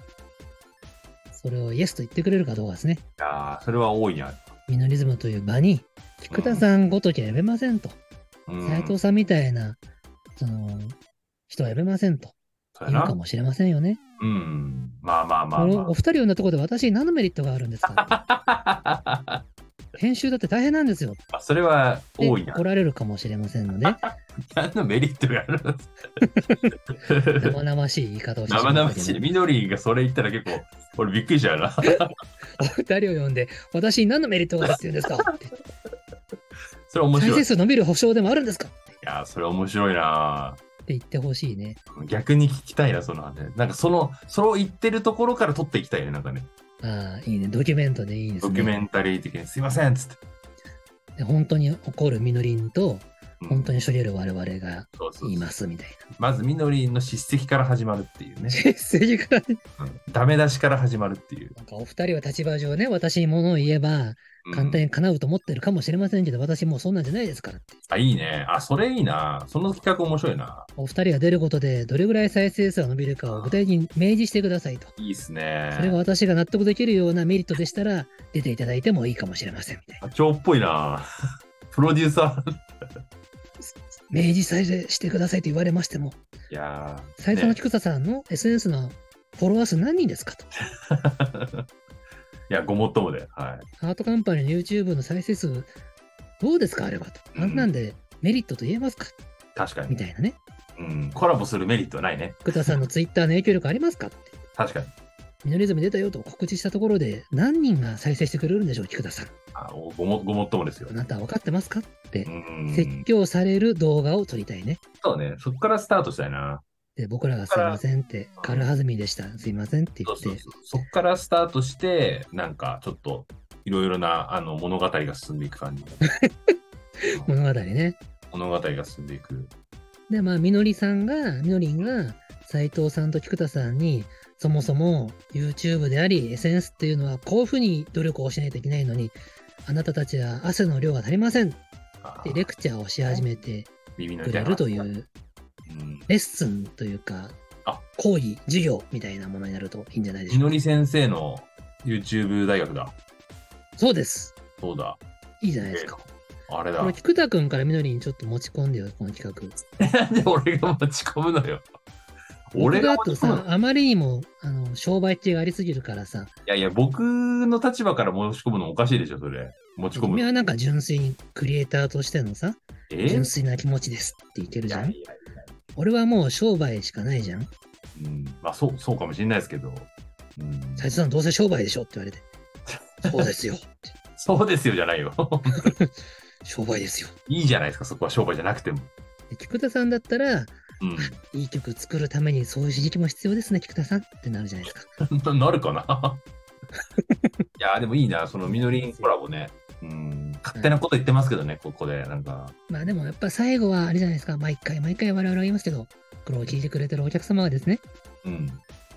[SPEAKER 1] それをイエスと言ってくれるかどうかですね。
[SPEAKER 2] ああ、それは大いにある。
[SPEAKER 1] ミノリズムという場に、菊田さんごときは呼べませんと。
[SPEAKER 2] うん
[SPEAKER 1] 斉藤さんみたいな、その、人は呼べませんと
[SPEAKER 2] そう
[SPEAKER 1] 言
[SPEAKER 2] や
[SPEAKER 1] う
[SPEAKER 2] な
[SPEAKER 1] かもしれませんよね。
[SPEAKER 2] うん。まあまあまあ
[SPEAKER 1] こ
[SPEAKER 2] ま
[SPEAKER 1] のお二人を呼んだところで私に何のメリットがあるんですか
[SPEAKER 2] あ。
[SPEAKER 1] 編集だって大変なんですよ。
[SPEAKER 2] あそれは
[SPEAKER 1] で
[SPEAKER 2] 大いにあ
[SPEAKER 1] 来
[SPEAKER 2] る。
[SPEAKER 1] られるかもしれませんの で、
[SPEAKER 2] 何のメリットがあるんですか
[SPEAKER 1] 生々しい言い方をしてしま
[SPEAKER 2] 生
[SPEAKER 1] ったけど
[SPEAKER 2] 々しい。緑がそれ言ったら結構、俺びっくりしちゃ うな。
[SPEAKER 1] お二人を呼んで、私に何のメリットがあるって言うんですか
[SPEAKER 2] それ面
[SPEAKER 1] 再
[SPEAKER 2] 白い。
[SPEAKER 1] 生
[SPEAKER 2] い
[SPEAKER 1] 数伸びる保証でもあるんですかって
[SPEAKER 2] や、それ面白いな
[SPEAKER 1] 言ってほしいね。
[SPEAKER 2] 逆に聞きたいな、その話。なんかその、それを言ってるところから撮っていきたいね、なんかね。
[SPEAKER 1] ああ、いいね。ドキュメントでいいです
[SPEAKER 2] ドキュメ
[SPEAKER 1] ね。
[SPEAKER 2] ンタリー的に、すいません、つって。
[SPEAKER 1] で本当に怒るみのりんと、
[SPEAKER 2] うん
[SPEAKER 1] 本当にしょげる我々が
[SPEAKER 2] そうそう
[SPEAKER 1] 言い
[SPEAKER 2] そう
[SPEAKER 1] ますみたい
[SPEAKER 2] まず、みのりんの叱責から始まるっていうね
[SPEAKER 1] な。。政治家
[SPEAKER 2] うんダメ出しから始まるっていう。
[SPEAKER 1] なんかお二人は立場上ね、私に物を言えば、
[SPEAKER 2] うん
[SPEAKER 1] 簡単に叶うと思ってるかもしれませんけど、私もうそんなんじゃないですからって。
[SPEAKER 2] あ、いいね。あ、それいいな。その企画面白いな。
[SPEAKER 1] お二人が出ることで、どれぐらい再生数が伸びるかを具体的に明示してくださいと。
[SPEAKER 2] いいっすね
[SPEAKER 1] そ。れが私が納得できるようなメリットでしたら、出ていただいてもいいかもしれませんみたいな。
[SPEAKER 2] 課長っぽいな。プロデューサー。
[SPEAKER 1] 明示再生してくださいと言われましても、
[SPEAKER 2] いやー
[SPEAKER 1] 斉藤の
[SPEAKER 2] ね
[SPEAKER 1] 菊田さんの SNS のフォロワー数何人ですかと。
[SPEAKER 2] いや、ごもっともで。は
[SPEAKER 1] ハートカンパニーの YouTube の再生数、どうですかあれはと。あんなんでメリットと言えますか
[SPEAKER 2] い。確か
[SPEAKER 1] み
[SPEAKER 2] に。
[SPEAKER 1] たいなね。
[SPEAKER 2] うん。コラボするメリットはないね。
[SPEAKER 1] 菊田さんの Twitter の影響力ありますかって。
[SPEAKER 2] 確かに。
[SPEAKER 1] ミノリズム出たよと告知したところで何人が再生してくれるんでしょう、菊田さん。
[SPEAKER 2] あおごもごもっともですよ
[SPEAKER 1] あ。なたは分かってますかって
[SPEAKER 2] う、ん。
[SPEAKER 1] 説教される動画を撮りたいね。
[SPEAKER 2] そうね。そっからスタートしたいな。
[SPEAKER 1] で、僕らがすいませんって、軽はずみでした、すいませんって言
[SPEAKER 2] そう
[SPEAKER 1] っ
[SPEAKER 2] そう
[SPEAKER 1] て、
[SPEAKER 2] そう。そっからスタートして、なんかちょっといろいろなあの物語が進んでいく 感じ。
[SPEAKER 1] 物語ね。
[SPEAKER 2] 物語が進んでいく。
[SPEAKER 1] で、まあ、みのりさんが、みのりんが、斉藤さんと菊田さんに、そもそも YouTube であり、SNS っていうのはこういうふうに努力をしないといけないのに、あなたたちは汗の量が足りませんって
[SPEAKER 2] あ
[SPEAKER 1] レクチャーをし始めて
[SPEAKER 2] 耳の
[SPEAKER 1] く
[SPEAKER 2] 痛
[SPEAKER 1] れ
[SPEAKER 2] い
[SPEAKER 1] るとい
[SPEAKER 2] 話
[SPEAKER 1] う
[SPEAKER 2] うん
[SPEAKER 1] レッスンというか
[SPEAKER 2] あ、
[SPEAKER 1] 講義、授業みたいなものになるといいんじゃないで
[SPEAKER 2] み
[SPEAKER 1] しょ
[SPEAKER 2] の
[SPEAKER 1] うか。
[SPEAKER 2] り先生の YouTube 大学だ。
[SPEAKER 1] そうです。
[SPEAKER 2] そうだ。
[SPEAKER 1] いいじゃないですか。
[SPEAKER 2] ああれだ
[SPEAKER 1] これ、。菊田くんから緑にちょっと持ち込んでよ、この企画。
[SPEAKER 2] なんで 俺が持ち込むのよ。俺
[SPEAKER 1] 僕
[SPEAKER 2] が
[SPEAKER 1] だ
[SPEAKER 2] 持
[SPEAKER 1] と
[SPEAKER 2] ち込むの
[SPEAKER 1] さ、あまりにも、あの、商売中がありすぎるからさ、
[SPEAKER 2] いやいや、僕の立場から持ち込むのおかしいでしょ、それ。持ち込む
[SPEAKER 1] 君。はなんか純粋にクリエイターとしてのさ、
[SPEAKER 2] え
[SPEAKER 1] 純粋な気持ちですっていける
[SPEAKER 2] い
[SPEAKER 1] じゃ
[SPEAKER 2] や
[SPEAKER 1] ん
[SPEAKER 2] いやいや
[SPEAKER 1] 俺はもう商売しかないじゃん。
[SPEAKER 2] うん、まあそう、そうかもしれないですけど。うん、
[SPEAKER 1] 斉藤さんどうせ商売でしょって言わ れて。そうですよ。
[SPEAKER 2] そうですよじゃないよ。
[SPEAKER 1] 商売ですよ。
[SPEAKER 2] いいじゃないですか、そこは商売じゃなくても。
[SPEAKER 1] で菊田さんだったら、
[SPEAKER 2] うん
[SPEAKER 1] いい曲作るためにそういう刺激も必要ですね、菊田さんってなるじゃないですか。
[SPEAKER 2] ななるかないやーでもいいな、そのみのりんコラボね。うん、勝手なこと言ってますけどね、ここで。なんか、
[SPEAKER 1] まあでもやっぱ最後はあれじゃないですか、毎回毎回我々は言いますけど、これを聞いてくれてるお客様はですね、
[SPEAKER 2] うん。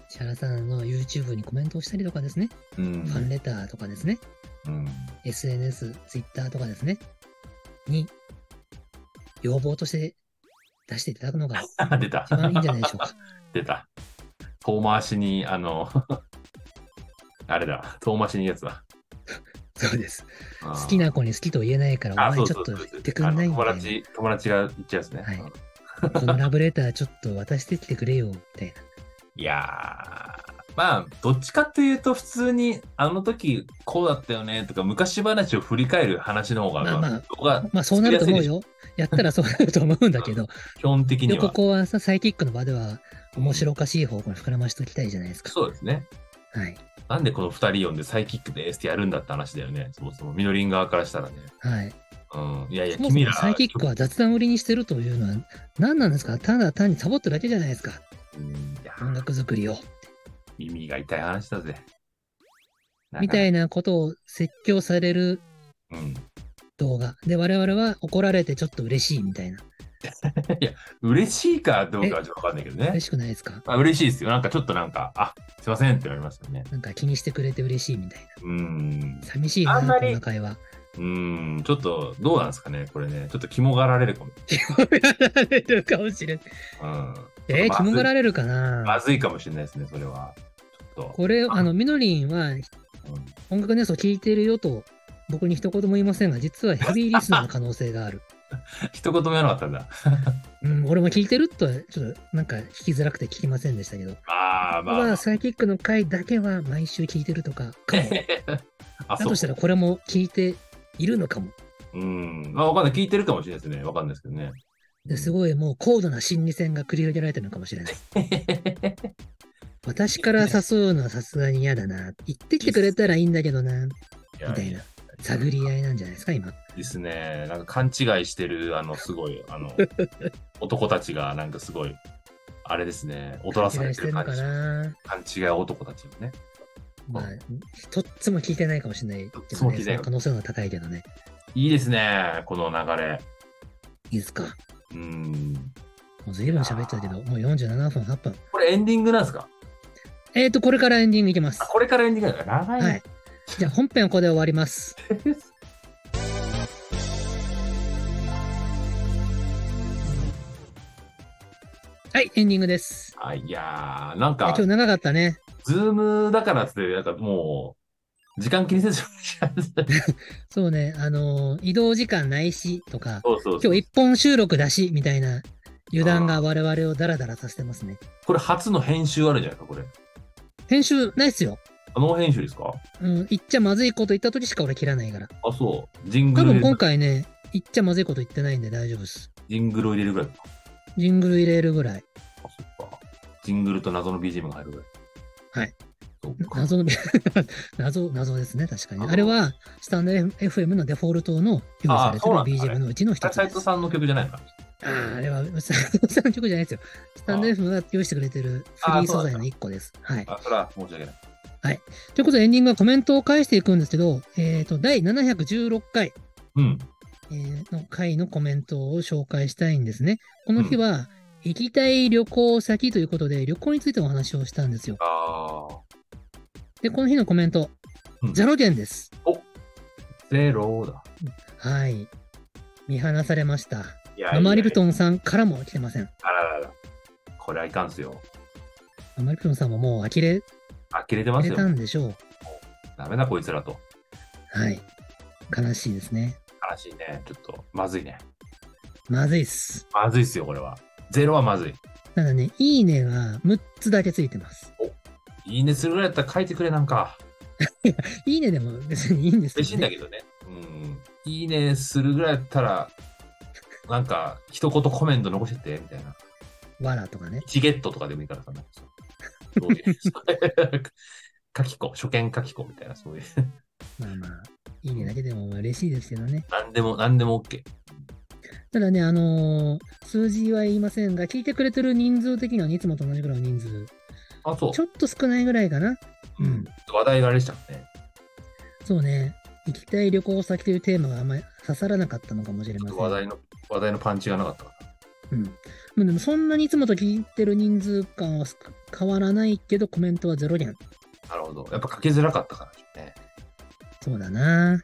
[SPEAKER 1] 千原さんの YouTube にコメントをしたりとかですね、フ
[SPEAKER 2] う
[SPEAKER 1] ァン
[SPEAKER 2] ん。
[SPEAKER 1] レターとかですね、
[SPEAKER 2] うん、
[SPEAKER 1] SNS、Twitter とかですね、に要望として出していただく のが一
[SPEAKER 2] 出た。
[SPEAKER 1] 番いいんじゃないでしょうか。
[SPEAKER 2] 出た。遠回しに、あの、 あれだ、遠回しにやつだ。
[SPEAKER 1] そうです。
[SPEAKER 2] 好
[SPEAKER 1] 好きな子に好きと言えないから、
[SPEAKER 2] あ
[SPEAKER 1] お
[SPEAKER 2] そ
[SPEAKER 1] 前
[SPEAKER 2] う
[SPEAKER 1] ち
[SPEAKER 2] そ
[SPEAKER 1] ょっ
[SPEAKER 2] うそ
[SPEAKER 1] と
[SPEAKER 2] う
[SPEAKER 1] 言ってくんない
[SPEAKER 2] あ
[SPEAKER 1] ん
[SPEAKER 2] の友
[SPEAKER 1] だよ。
[SPEAKER 2] 達、友達が言っちゃうやつね。
[SPEAKER 1] はい
[SPEAKER 2] うん
[SPEAKER 1] このラブレターちょっと渡してきてくれよ、みたいな。
[SPEAKER 2] いやー、まあ、どっちかっていうと、普通に、あの時、こうだったよね、とか、昔話を振り返る話の方が、
[SPEAKER 1] まあまあ
[SPEAKER 2] 僕は
[SPEAKER 1] まあそうなると思うよ。やったらそうなると思うんだけ ど、
[SPEAKER 2] 基本的に
[SPEAKER 1] で
[SPEAKER 2] は。
[SPEAKER 1] ここはさ、サイキックの場では面白おかしい方向に膨らましておきたいじゃないですか。
[SPEAKER 2] そうですね。
[SPEAKER 1] はい。
[SPEAKER 2] なんでこの2人呼んでサイキックですってやるんだって話だよね。そもそも、みのりん側からしたらね。
[SPEAKER 1] はい。
[SPEAKER 2] うん。いやいや、
[SPEAKER 1] そもそ
[SPEAKER 2] 君
[SPEAKER 1] も
[SPEAKER 2] ら、
[SPEAKER 1] サイキックは雑談売りにしてるというのは何なんですかただ単にサボってるだけじゃないですか。
[SPEAKER 2] うんいや
[SPEAKER 1] 音楽作りを。
[SPEAKER 2] 耳が痛い話だぜ。
[SPEAKER 1] みた
[SPEAKER 2] い。
[SPEAKER 1] いなことを説教される
[SPEAKER 2] うん。
[SPEAKER 1] 動画。で、我々は怒られてちょっと嬉しいみたいな。
[SPEAKER 2] 嬉しいかどうかはちょっとわかんないけどね
[SPEAKER 1] 嬉。しくないですか
[SPEAKER 2] まあ嬉しいですよ。なんかちょっとなんか、あすいませんってなりますよね。
[SPEAKER 1] なんか気にしてくれて嬉しいみたいな。
[SPEAKER 2] うん。
[SPEAKER 1] 寂しい
[SPEAKER 2] あ
[SPEAKER 1] な、
[SPEAKER 2] んま
[SPEAKER 1] こ
[SPEAKER 2] り
[SPEAKER 1] んな会話。
[SPEAKER 2] うん、ちょっと、どうなんですかね、これね。ちょっと肝がられるかも。
[SPEAKER 1] やられるかもしれん。
[SPEAKER 2] うん。
[SPEAKER 1] えー、
[SPEAKER 2] まずい
[SPEAKER 1] 肝がられるかな
[SPEAKER 2] まずいかもしれないですね、それは。ちょっと。
[SPEAKER 1] これ、あの、みのりんは
[SPEAKER 2] うん
[SPEAKER 1] 音楽熱奏聞いてるよと、僕に一言も言いませんが、実はヘビーリスナーの可能性がある。
[SPEAKER 2] 一言も言わなかったんだ。
[SPEAKER 1] うん、俺も聞いてるとは、ちょっとなんか聞きづらくて聞きませんでしたけど。
[SPEAKER 2] まあ
[SPEAKER 1] まあ、
[SPEAKER 2] まあ。
[SPEAKER 1] サイキックの回だけは毎週聞いてるとか、かも。だ
[SPEAKER 2] あ、そう
[SPEAKER 1] とし。たらこれも聞いているのかも。
[SPEAKER 2] うん。まあ、わかんない。聞いてるかもしれないですね。わかんないですけどね。
[SPEAKER 1] です
[SPEAKER 2] い。
[SPEAKER 1] ごいもう高度な心理戦が繰り広げられてるのかもしれない。私から誘うのはさすがに嫌だな。言ってきてくれたらいいんだけどな、み
[SPEAKER 2] や
[SPEAKER 1] たいな。探り合いなんじゃないですか、今。
[SPEAKER 2] ですね。なんか勘違いしてる、あの、すごい、あの、男たちが、なんかすごい、あれですね、踊らさ
[SPEAKER 1] 勘違
[SPEAKER 2] れ
[SPEAKER 1] いして
[SPEAKER 2] てる
[SPEAKER 1] るの
[SPEAKER 2] 感
[SPEAKER 1] か
[SPEAKER 2] じ。
[SPEAKER 1] な。
[SPEAKER 2] 勘違い男たちのね。
[SPEAKER 1] まあ、一つも聞いてないかもしれないけ
[SPEAKER 2] 一つ
[SPEAKER 1] ど
[SPEAKER 2] も
[SPEAKER 1] ね。
[SPEAKER 2] 聞い
[SPEAKER 1] そ
[SPEAKER 2] てない
[SPEAKER 1] の可能性の方が高いけどね。
[SPEAKER 2] いいですね、この流れ。
[SPEAKER 1] いいですか。
[SPEAKER 2] うん。
[SPEAKER 1] もう随分喋っちゃうけど、もう47分、8分。
[SPEAKER 2] これエンディングなんですか
[SPEAKER 1] えっ、ー、と、これからエンディングいきます
[SPEAKER 2] あ。これからエンディングなんだ長い、
[SPEAKER 1] はい。じゃあ本編はここで終わり ます。はい、エンディングです。
[SPEAKER 2] あいやー、なん
[SPEAKER 1] いや
[SPEAKER 2] か
[SPEAKER 1] 今、日長かったね。
[SPEAKER 2] ズームだからっつって、なんかもう、時間気にせず
[SPEAKER 1] そうね、あのー移動時間ないしとか、
[SPEAKER 2] そうそうそ
[SPEAKER 1] 今
[SPEAKER 2] う
[SPEAKER 1] 日一本収録だしみたいな油断が我々をダラダラさせてますね。
[SPEAKER 2] これ初の編集あるじゃないですか、これ。
[SPEAKER 1] 編集ないっすよ。
[SPEAKER 2] あの編集ですか
[SPEAKER 1] うん、言っちゃまずいこと言った時しか俺切らないから。
[SPEAKER 2] あ、そう。ジング
[SPEAKER 1] 多
[SPEAKER 2] ル入
[SPEAKER 1] 分
[SPEAKER 2] れ
[SPEAKER 1] 今
[SPEAKER 2] る、
[SPEAKER 1] 回ね、言っちゃまずいこと言ってないんで大丈夫です。
[SPEAKER 2] ジングルを入れるぐらい。
[SPEAKER 1] ジングル入れるぐらい。
[SPEAKER 2] あ、そっか。ジングルと謎の BGM が入るぐら
[SPEAKER 1] は
[SPEAKER 2] い。
[SPEAKER 1] い。
[SPEAKER 2] そうか。
[SPEAKER 1] 謎の、 謎、謎ですね、確かに
[SPEAKER 2] あ
[SPEAKER 1] ね。
[SPEAKER 2] の
[SPEAKER 1] あれは、スタンド FM のデフォルトの用意されてる
[SPEAKER 2] あそうなんだ
[SPEAKER 1] BGM のうちの一つ
[SPEAKER 2] 斎
[SPEAKER 1] で
[SPEAKER 2] 藤
[SPEAKER 1] す。
[SPEAKER 2] さんの曲じゃないのか
[SPEAKER 1] あーあれは、斉藤さんの曲じゃないですよ。スタンド FM が用意してくれてるフリー素材の一個です。はい。
[SPEAKER 2] あ、それは申し訳ない。
[SPEAKER 1] ということで、エンディングはコメントを返していくんですけど、えっ、と、第716回、
[SPEAKER 2] うん。
[SPEAKER 1] えーの回のコメントを紹介したいんですね。この日は、行きたい旅行先ということで、旅行についてお話をしたんですよ。
[SPEAKER 2] ああ。
[SPEAKER 1] で、この日のコメント
[SPEAKER 2] う、ん
[SPEAKER 1] ゼロ件です。
[SPEAKER 2] ゼロだ。
[SPEAKER 1] はい。見放されました。
[SPEAKER 2] いや
[SPEAKER 1] ママリプ
[SPEAKER 2] ン。
[SPEAKER 1] トンさんからも来てません。
[SPEAKER 2] あららら。これはいかんすよ。
[SPEAKER 1] ママリプトンさんももう呆れ
[SPEAKER 2] 呆れてま
[SPEAKER 1] 呆れ
[SPEAKER 2] すよ。
[SPEAKER 1] たんでしょう。
[SPEAKER 2] ダメだ、こいつらと。
[SPEAKER 1] はい。悲しいですね。
[SPEAKER 2] 話ね、ちょっとまずいね。
[SPEAKER 1] まずいっす。
[SPEAKER 2] まずいっすよ、これは。ゼロはまずい。
[SPEAKER 1] ただね、いいねが6つだけついてます。
[SPEAKER 2] いいねするぐらいだったら書いてくれ、なんか。
[SPEAKER 1] いいねでも別にいいんですけど、ね。
[SPEAKER 2] 嬉しいんだけどね。うん。いいねするぐらいだったら、なんか、一言コメント残してって、みたいな。
[SPEAKER 1] わらとかね。
[SPEAKER 2] チゲットとかでもいいからさ、なんかそうそういう書き子、初見書き子みたいな、そういう。
[SPEAKER 1] まあまあ、いいねだけでもまあ嬉しいですけどね。
[SPEAKER 2] なんでも、なんでも OK。
[SPEAKER 1] ただね、あのー数字は言いませんが、聞いてくれてる人数的にはいつもと同じぐらいの人数。
[SPEAKER 2] あ、そう
[SPEAKER 1] ちょ。っと少ないぐらいかな。
[SPEAKER 2] うん、話題があれでしたもんね。
[SPEAKER 1] そうね。行きたい旅行先というテーマがあんまり刺さらなかったのかもしれません。
[SPEAKER 2] 話題の、話題のパンチがなかったか
[SPEAKER 1] うん。まあでもそんなにいつもと聞いてる人数感はす変わらないけど、コメントはゼロ件。
[SPEAKER 2] ら。なるほど。やっぱ書きづらかったからでしょうね。
[SPEAKER 1] そうだな。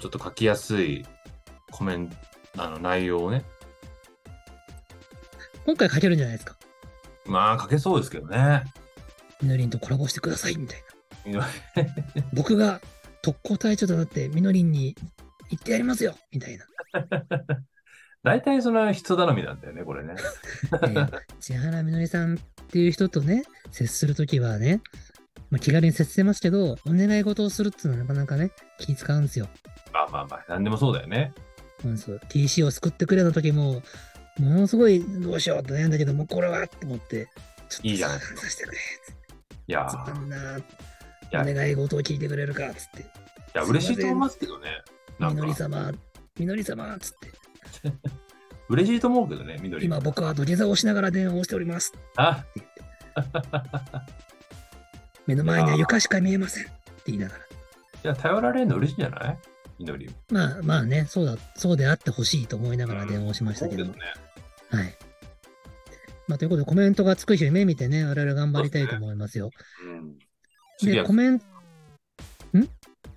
[SPEAKER 2] ちょっと書きやすいコメント、あの内容をね。
[SPEAKER 1] 今回書けるんじゃないですか。
[SPEAKER 2] まあ書けそうですけどね。
[SPEAKER 1] みのりんとコラボしてください、みたい
[SPEAKER 2] い ろい
[SPEAKER 1] な。僕が特攻隊長となって、みのりんに行ってやりますよ、みたいな。
[SPEAKER 2] ろ大体その人頼みなんだよね、これ ね。
[SPEAKER 1] え ー千原みのりさんっていう人とね、接するときはね、まあ、気軽に接してますけど、お願い事をするっていうのはなかなかね、気使うんですよ。
[SPEAKER 2] まあまあまあ、何でもそうだよね。
[SPEAKER 1] うん、そう TC を救ってくれの時も、ものすごいどうしようって悩んだけど、もうこれはって思って、ちょっと
[SPEAKER 2] いいじゃない
[SPEAKER 1] 相談させてくれ。
[SPEAKER 2] いや
[SPEAKER 1] つま
[SPEAKER 2] ー、
[SPEAKER 1] んなー
[SPEAKER 2] いや
[SPEAKER 1] お願い事を聞いてくれるかっつって、
[SPEAKER 2] いや嬉しいと思いますけどね。な
[SPEAKER 1] み
[SPEAKER 2] ん
[SPEAKER 1] のり
[SPEAKER 2] か、
[SPEAKER 1] 様、みのり様っつって、
[SPEAKER 2] 嬉しいと思うけどね、緑。
[SPEAKER 1] 今僕は土下座をしながら電話をしておりますって
[SPEAKER 2] あ、
[SPEAKER 1] 言って、目の前には床しか見えませんって言いながら。
[SPEAKER 2] いや、頼られるの嬉しいんじゃない緑。
[SPEAKER 1] まあまあね、そうだ、そうであってほしいと思いながら電話をしましたけど。
[SPEAKER 2] そうね。
[SPEAKER 1] はい。まあ、ということで、コメントがつく日を夢見てね、我々頑張りたいと思いますよ。
[SPEAKER 2] うん。次
[SPEAKER 1] で、
[SPEAKER 2] は
[SPEAKER 1] コ、メント、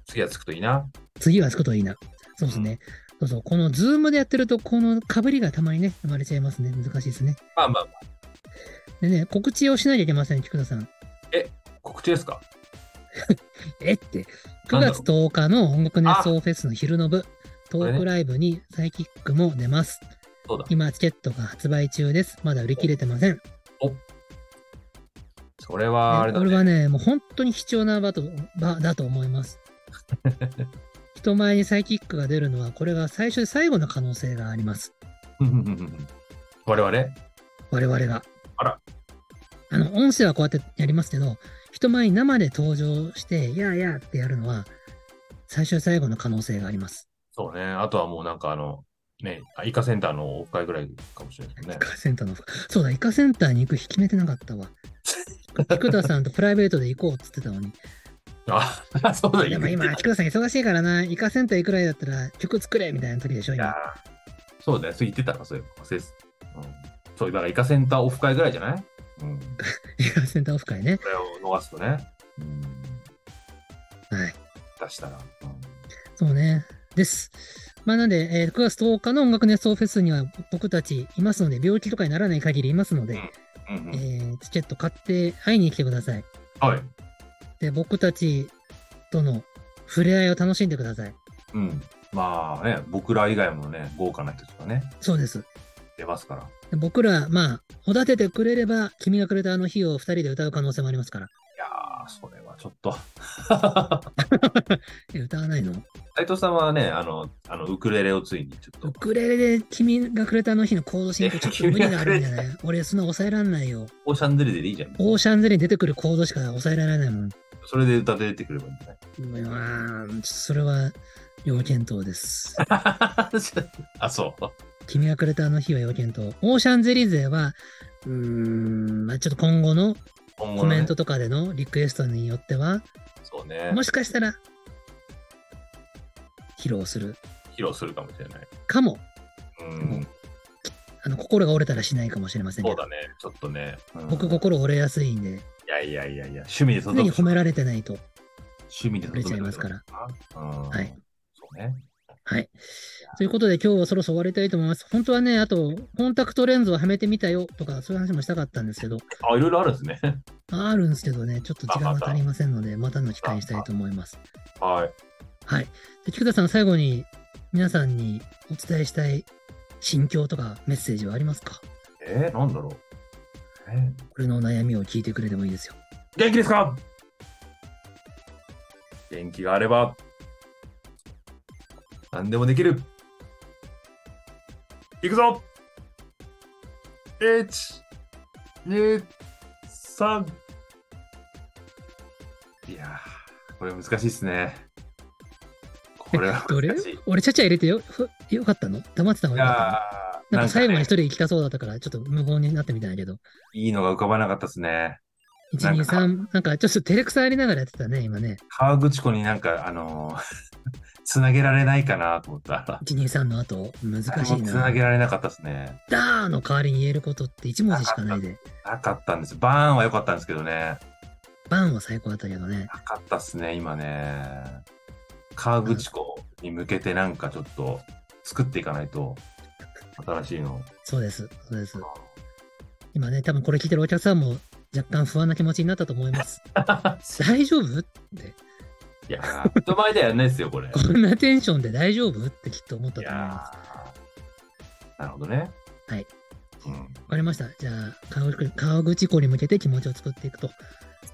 [SPEAKER 2] 次はつくといいな。
[SPEAKER 1] 次はつくといいな。そうですね。そうそう、このズームでやってると、この被りがたまにね、生まれちゃいますね。難しいですね。
[SPEAKER 2] まあまあ、
[SPEAKER 1] でね、告知をしなきゃいけません、菊田さん。
[SPEAKER 2] 告知ですか。
[SPEAKER 1] えって、9
[SPEAKER 2] なんだろう
[SPEAKER 1] 月10日の音楽熱奏フェスの昼の部、トークライブにサイキックも出ます。
[SPEAKER 2] そうだ。
[SPEAKER 1] 今、チケットが発売中です。まだ売り切れてません。
[SPEAKER 2] それは、あれだ
[SPEAKER 1] これ
[SPEAKER 2] ね。
[SPEAKER 1] はね、もう本当に貴重な場と場だと思い ます。人前にサイキックが出るのは、これが最初で最後の可能性があります。
[SPEAKER 2] うんうんうんうん我々、
[SPEAKER 1] 我々が。
[SPEAKER 2] あら。
[SPEAKER 1] あの、音声はこうやってやりますけど、人前に生で登場して、やあやあってやるのは、最初で最後の可能性があります。
[SPEAKER 2] そうね。あとはもうなんかあの、ね、あイカセンターのオフ会ぐらいかもしれないですね
[SPEAKER 1] イ。カセンターの、そうだ、イカセンターに行く日決めてなか ったわ。菊田さんとプライベートで行こうって言ってたのに。
[SPEAKER 2] あ、 そうだ、
[SPEAKER 1] でも今、
[SPEAKER 2] い
[SPEAKER 1] 菊田さん忙しいからな、イカセンター行くくらいだったら曲作れみたいな時でしょ、今
[SPEAKER 2] や。そうだよ。そう言ってたか、そういう忘れてたうん。そう、だからイカセンターオフ会ぐらいじゃないうん。こ
[SPEAKER 1] イカ センターオフ会ね。
[SPEAKER 2] れを逃すとね。うん。
[SPEAKER 1] はい。
[SPEAKER 2] 出したら。うん
[SPEAKER 1] そうね。です。まあ、なんで、えー9月10日の音楽熱奏フェスには僕たちいますので、病気とかにならない限りいますので、
[SPEAKER 2] うんうん
[SPEAKER 1] えーチケット買って会いに来てください。
[SPEAKER 2] はい。
[SPEAKER 1] で、僕たちとの触れ合いを楽しんでください。
[SPEAKER 2] うん。まあね、僕ら以外もね、豪華な人とかね、
[SPEAKER 1] そうです。
[SPEAKER 2] 出ますから。
[SPEAKER 1] で僕ら、まあ、おだててくれれば、君がくれたあの日を2人で歌う可能性もありますから。
[SPEAKER 2] いやー、それはちょっと。
[SPEAKER 1] え、歌わないの
[SPEAKER 2] 斉藤さんはね、あの、あのウクレレをついにちょ
[SPEAKER 1] ウ
[SPEAKER 2] っと。
[SPEAKER 1] クレレで君がくれたあの日のコード進行ちょっと無理があるんじゃない俺、そんな抑えらんないよ。
[SPEAKER 2] オーシャンデレでいいじゃん。
[SPEAKER 1] オーシャンゼリーに出てくるコードしか抑えられないもん。
[SPEAKER 2] それで歌って出てくればいい んじゃない
[SPEAKER 1] まあ、ちょっとそれは要検討です。
[SPEAKER 2] あ、そう。
[SPEAKER 1] 君がくれたあの日は要検討。オーシャンゼリー勢は、うーん、まあ、ちょっと今後の
[SPEAKER 2] 今
[SPEAKER 1] コ
[SPEAKER 2] 後のね
[SPEAKER 1] メントとかでのリクエストによっては、
[SPEAKER 2] そうね。
[SPEAKER 1] もしかしたら、披露する
[SPEAKER 2] 披露するかもしれない。
[SPEAKER 1] かも、
[SPEAKER 2] うん。
[SPEAKER 1] あの、心が折れたらしないかもしれませんけ
[SPEAKER 2] そう
[SPEAKER 1] ど、
[SPEAKER 2] だね。ちょっとね。うん
[SPEAKER 1] 僕心折れやすいんで、
[SPEAKER 2] いやいやいやいや、趣味で
[SPEAKER 1] 常に褒めら
[SPEAKER 2] れ
[SPEAKER 1] れてないと。
[SPEAKER 2] 趣味で
[SPEAKER 1] 折れちゃいますから
[SPEAKER 2] ら。うん。
[SPEAKER 1] はい。
[SPEAKER 2] そうね。
[SPEAKER 1] はい。ということで今日はそろそろ終わりたいと思います。本当はね、あと、コンタクトレンズをはめてみたよとか、そういう話もしたかったんですけど、
[SPEAKER 2] あ、いろいろあるんですね。
[SPEAKER 1] あるんですけどね、ちょっと時間
[SPEAKER 2] あ
[SPEAKER 1] が
[SPEAKER 2] また
[SPEAKER 1] 足りませんので、またの機会にしたいと思います。
[SPEAKER 2] はい。
[SPEAKER 1] はい。で菊田さん、最後に皆さんにお伝えしたい心境とかメッセージはありますか
[SPEAKER 2] えー、なんだろう。えー
[SPEAKER 1] 俺の悩みを聞いてくれてもいいですよ。
[SPEAKER 2] 元気ですか元気があれば、何でもできる。いくぞ !1、2、3。いやー、これ難しいですね。これ は
[SPEAKER 1] どれ
[SPEAKER 2] 難しい。い
[SPEAKER 1] 俺、ちゃちゃ入れてよ、ふよかったの黙ってた方がよかったの
[SPEAKER 2] やー
[SPEAKER 1] なんか最後まで一
[SPEAKER 2] ね
[SPEAKER 1] 人行きたそうだったから、ちょっと無言になってみたんやけど。
[SPEAKER 2] いいのが浮かばなかったですね。
[SPEAKER 1] 1、
[SPEAKER 2] なん
[SPEAKER 1] 2、
[SPEAKER 2] か
[SPEAKER 1] 3、なんかちょっと照れくさありながらやってたね、今ね。
[SPEAKER 2] 河口湖になんか、あ のつなげられないかなと思ったら。
[SPEAKER 1] 1、2、3の後、難し
[SPEAKER 2] も
[SPEAKER 1] いう
[SPEAKER 2] つ
[SPEAKER 1] な
[SPEAKER 2] な。げられなかったですね。
[SPEAKER 1] ダーの代わりに言えることって1文字しかないで、
[SPEAKER 2] なかったんです。バーンは良かったんですけどね。
[SPEAKER 1] バンは最高だったけどね。
[SPEAKER 2] なかったっすね、今ね。河口湖に向けてなんかちょっと作っていかないと、新しいの。
[SPEAKER 1] そうです、そうです。今ね、多分これ聞いてるお客さんも若干不安な気持ちになったと思い ます。大丈夫って、
[SPEAKER 2] いやー、人前ではやんないですよ、これ。
[SPEAKER 1] こんなテンションで大丈夫ってきっと思った
[SPEAKER 2] い
[SPEAKER 1] と思いま
[SPEAKER 2] や
[SPEAKER 1] す。
[SPEAKER 2] ーなるほどね。
[SPEAKER 1] はい。
[SPEAKER 2] うん。
[SPEAKER 1] わかりました。じゃあ、川口川口湖に向けて気持ちを作っていくと。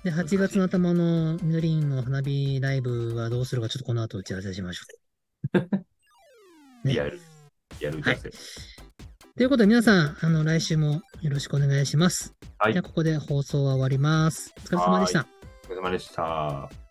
[SPEAKER 1] で、8月の頭のみのりんの花火ライブはどうするか、ちょっとこの後打ち合わせしましょう。ね
[SPEAKER 2] やる。やる打ち合わせ。
[SPEAKER 1] ということで、皆さん、あの、来週もよろしくお願いします。
[SPEAKER 2] はい
[SPEAKER 1] じゃあ、ここで放送は終わります。お疲れ様でした。
[SPEAKER 2] お疲れ様でした。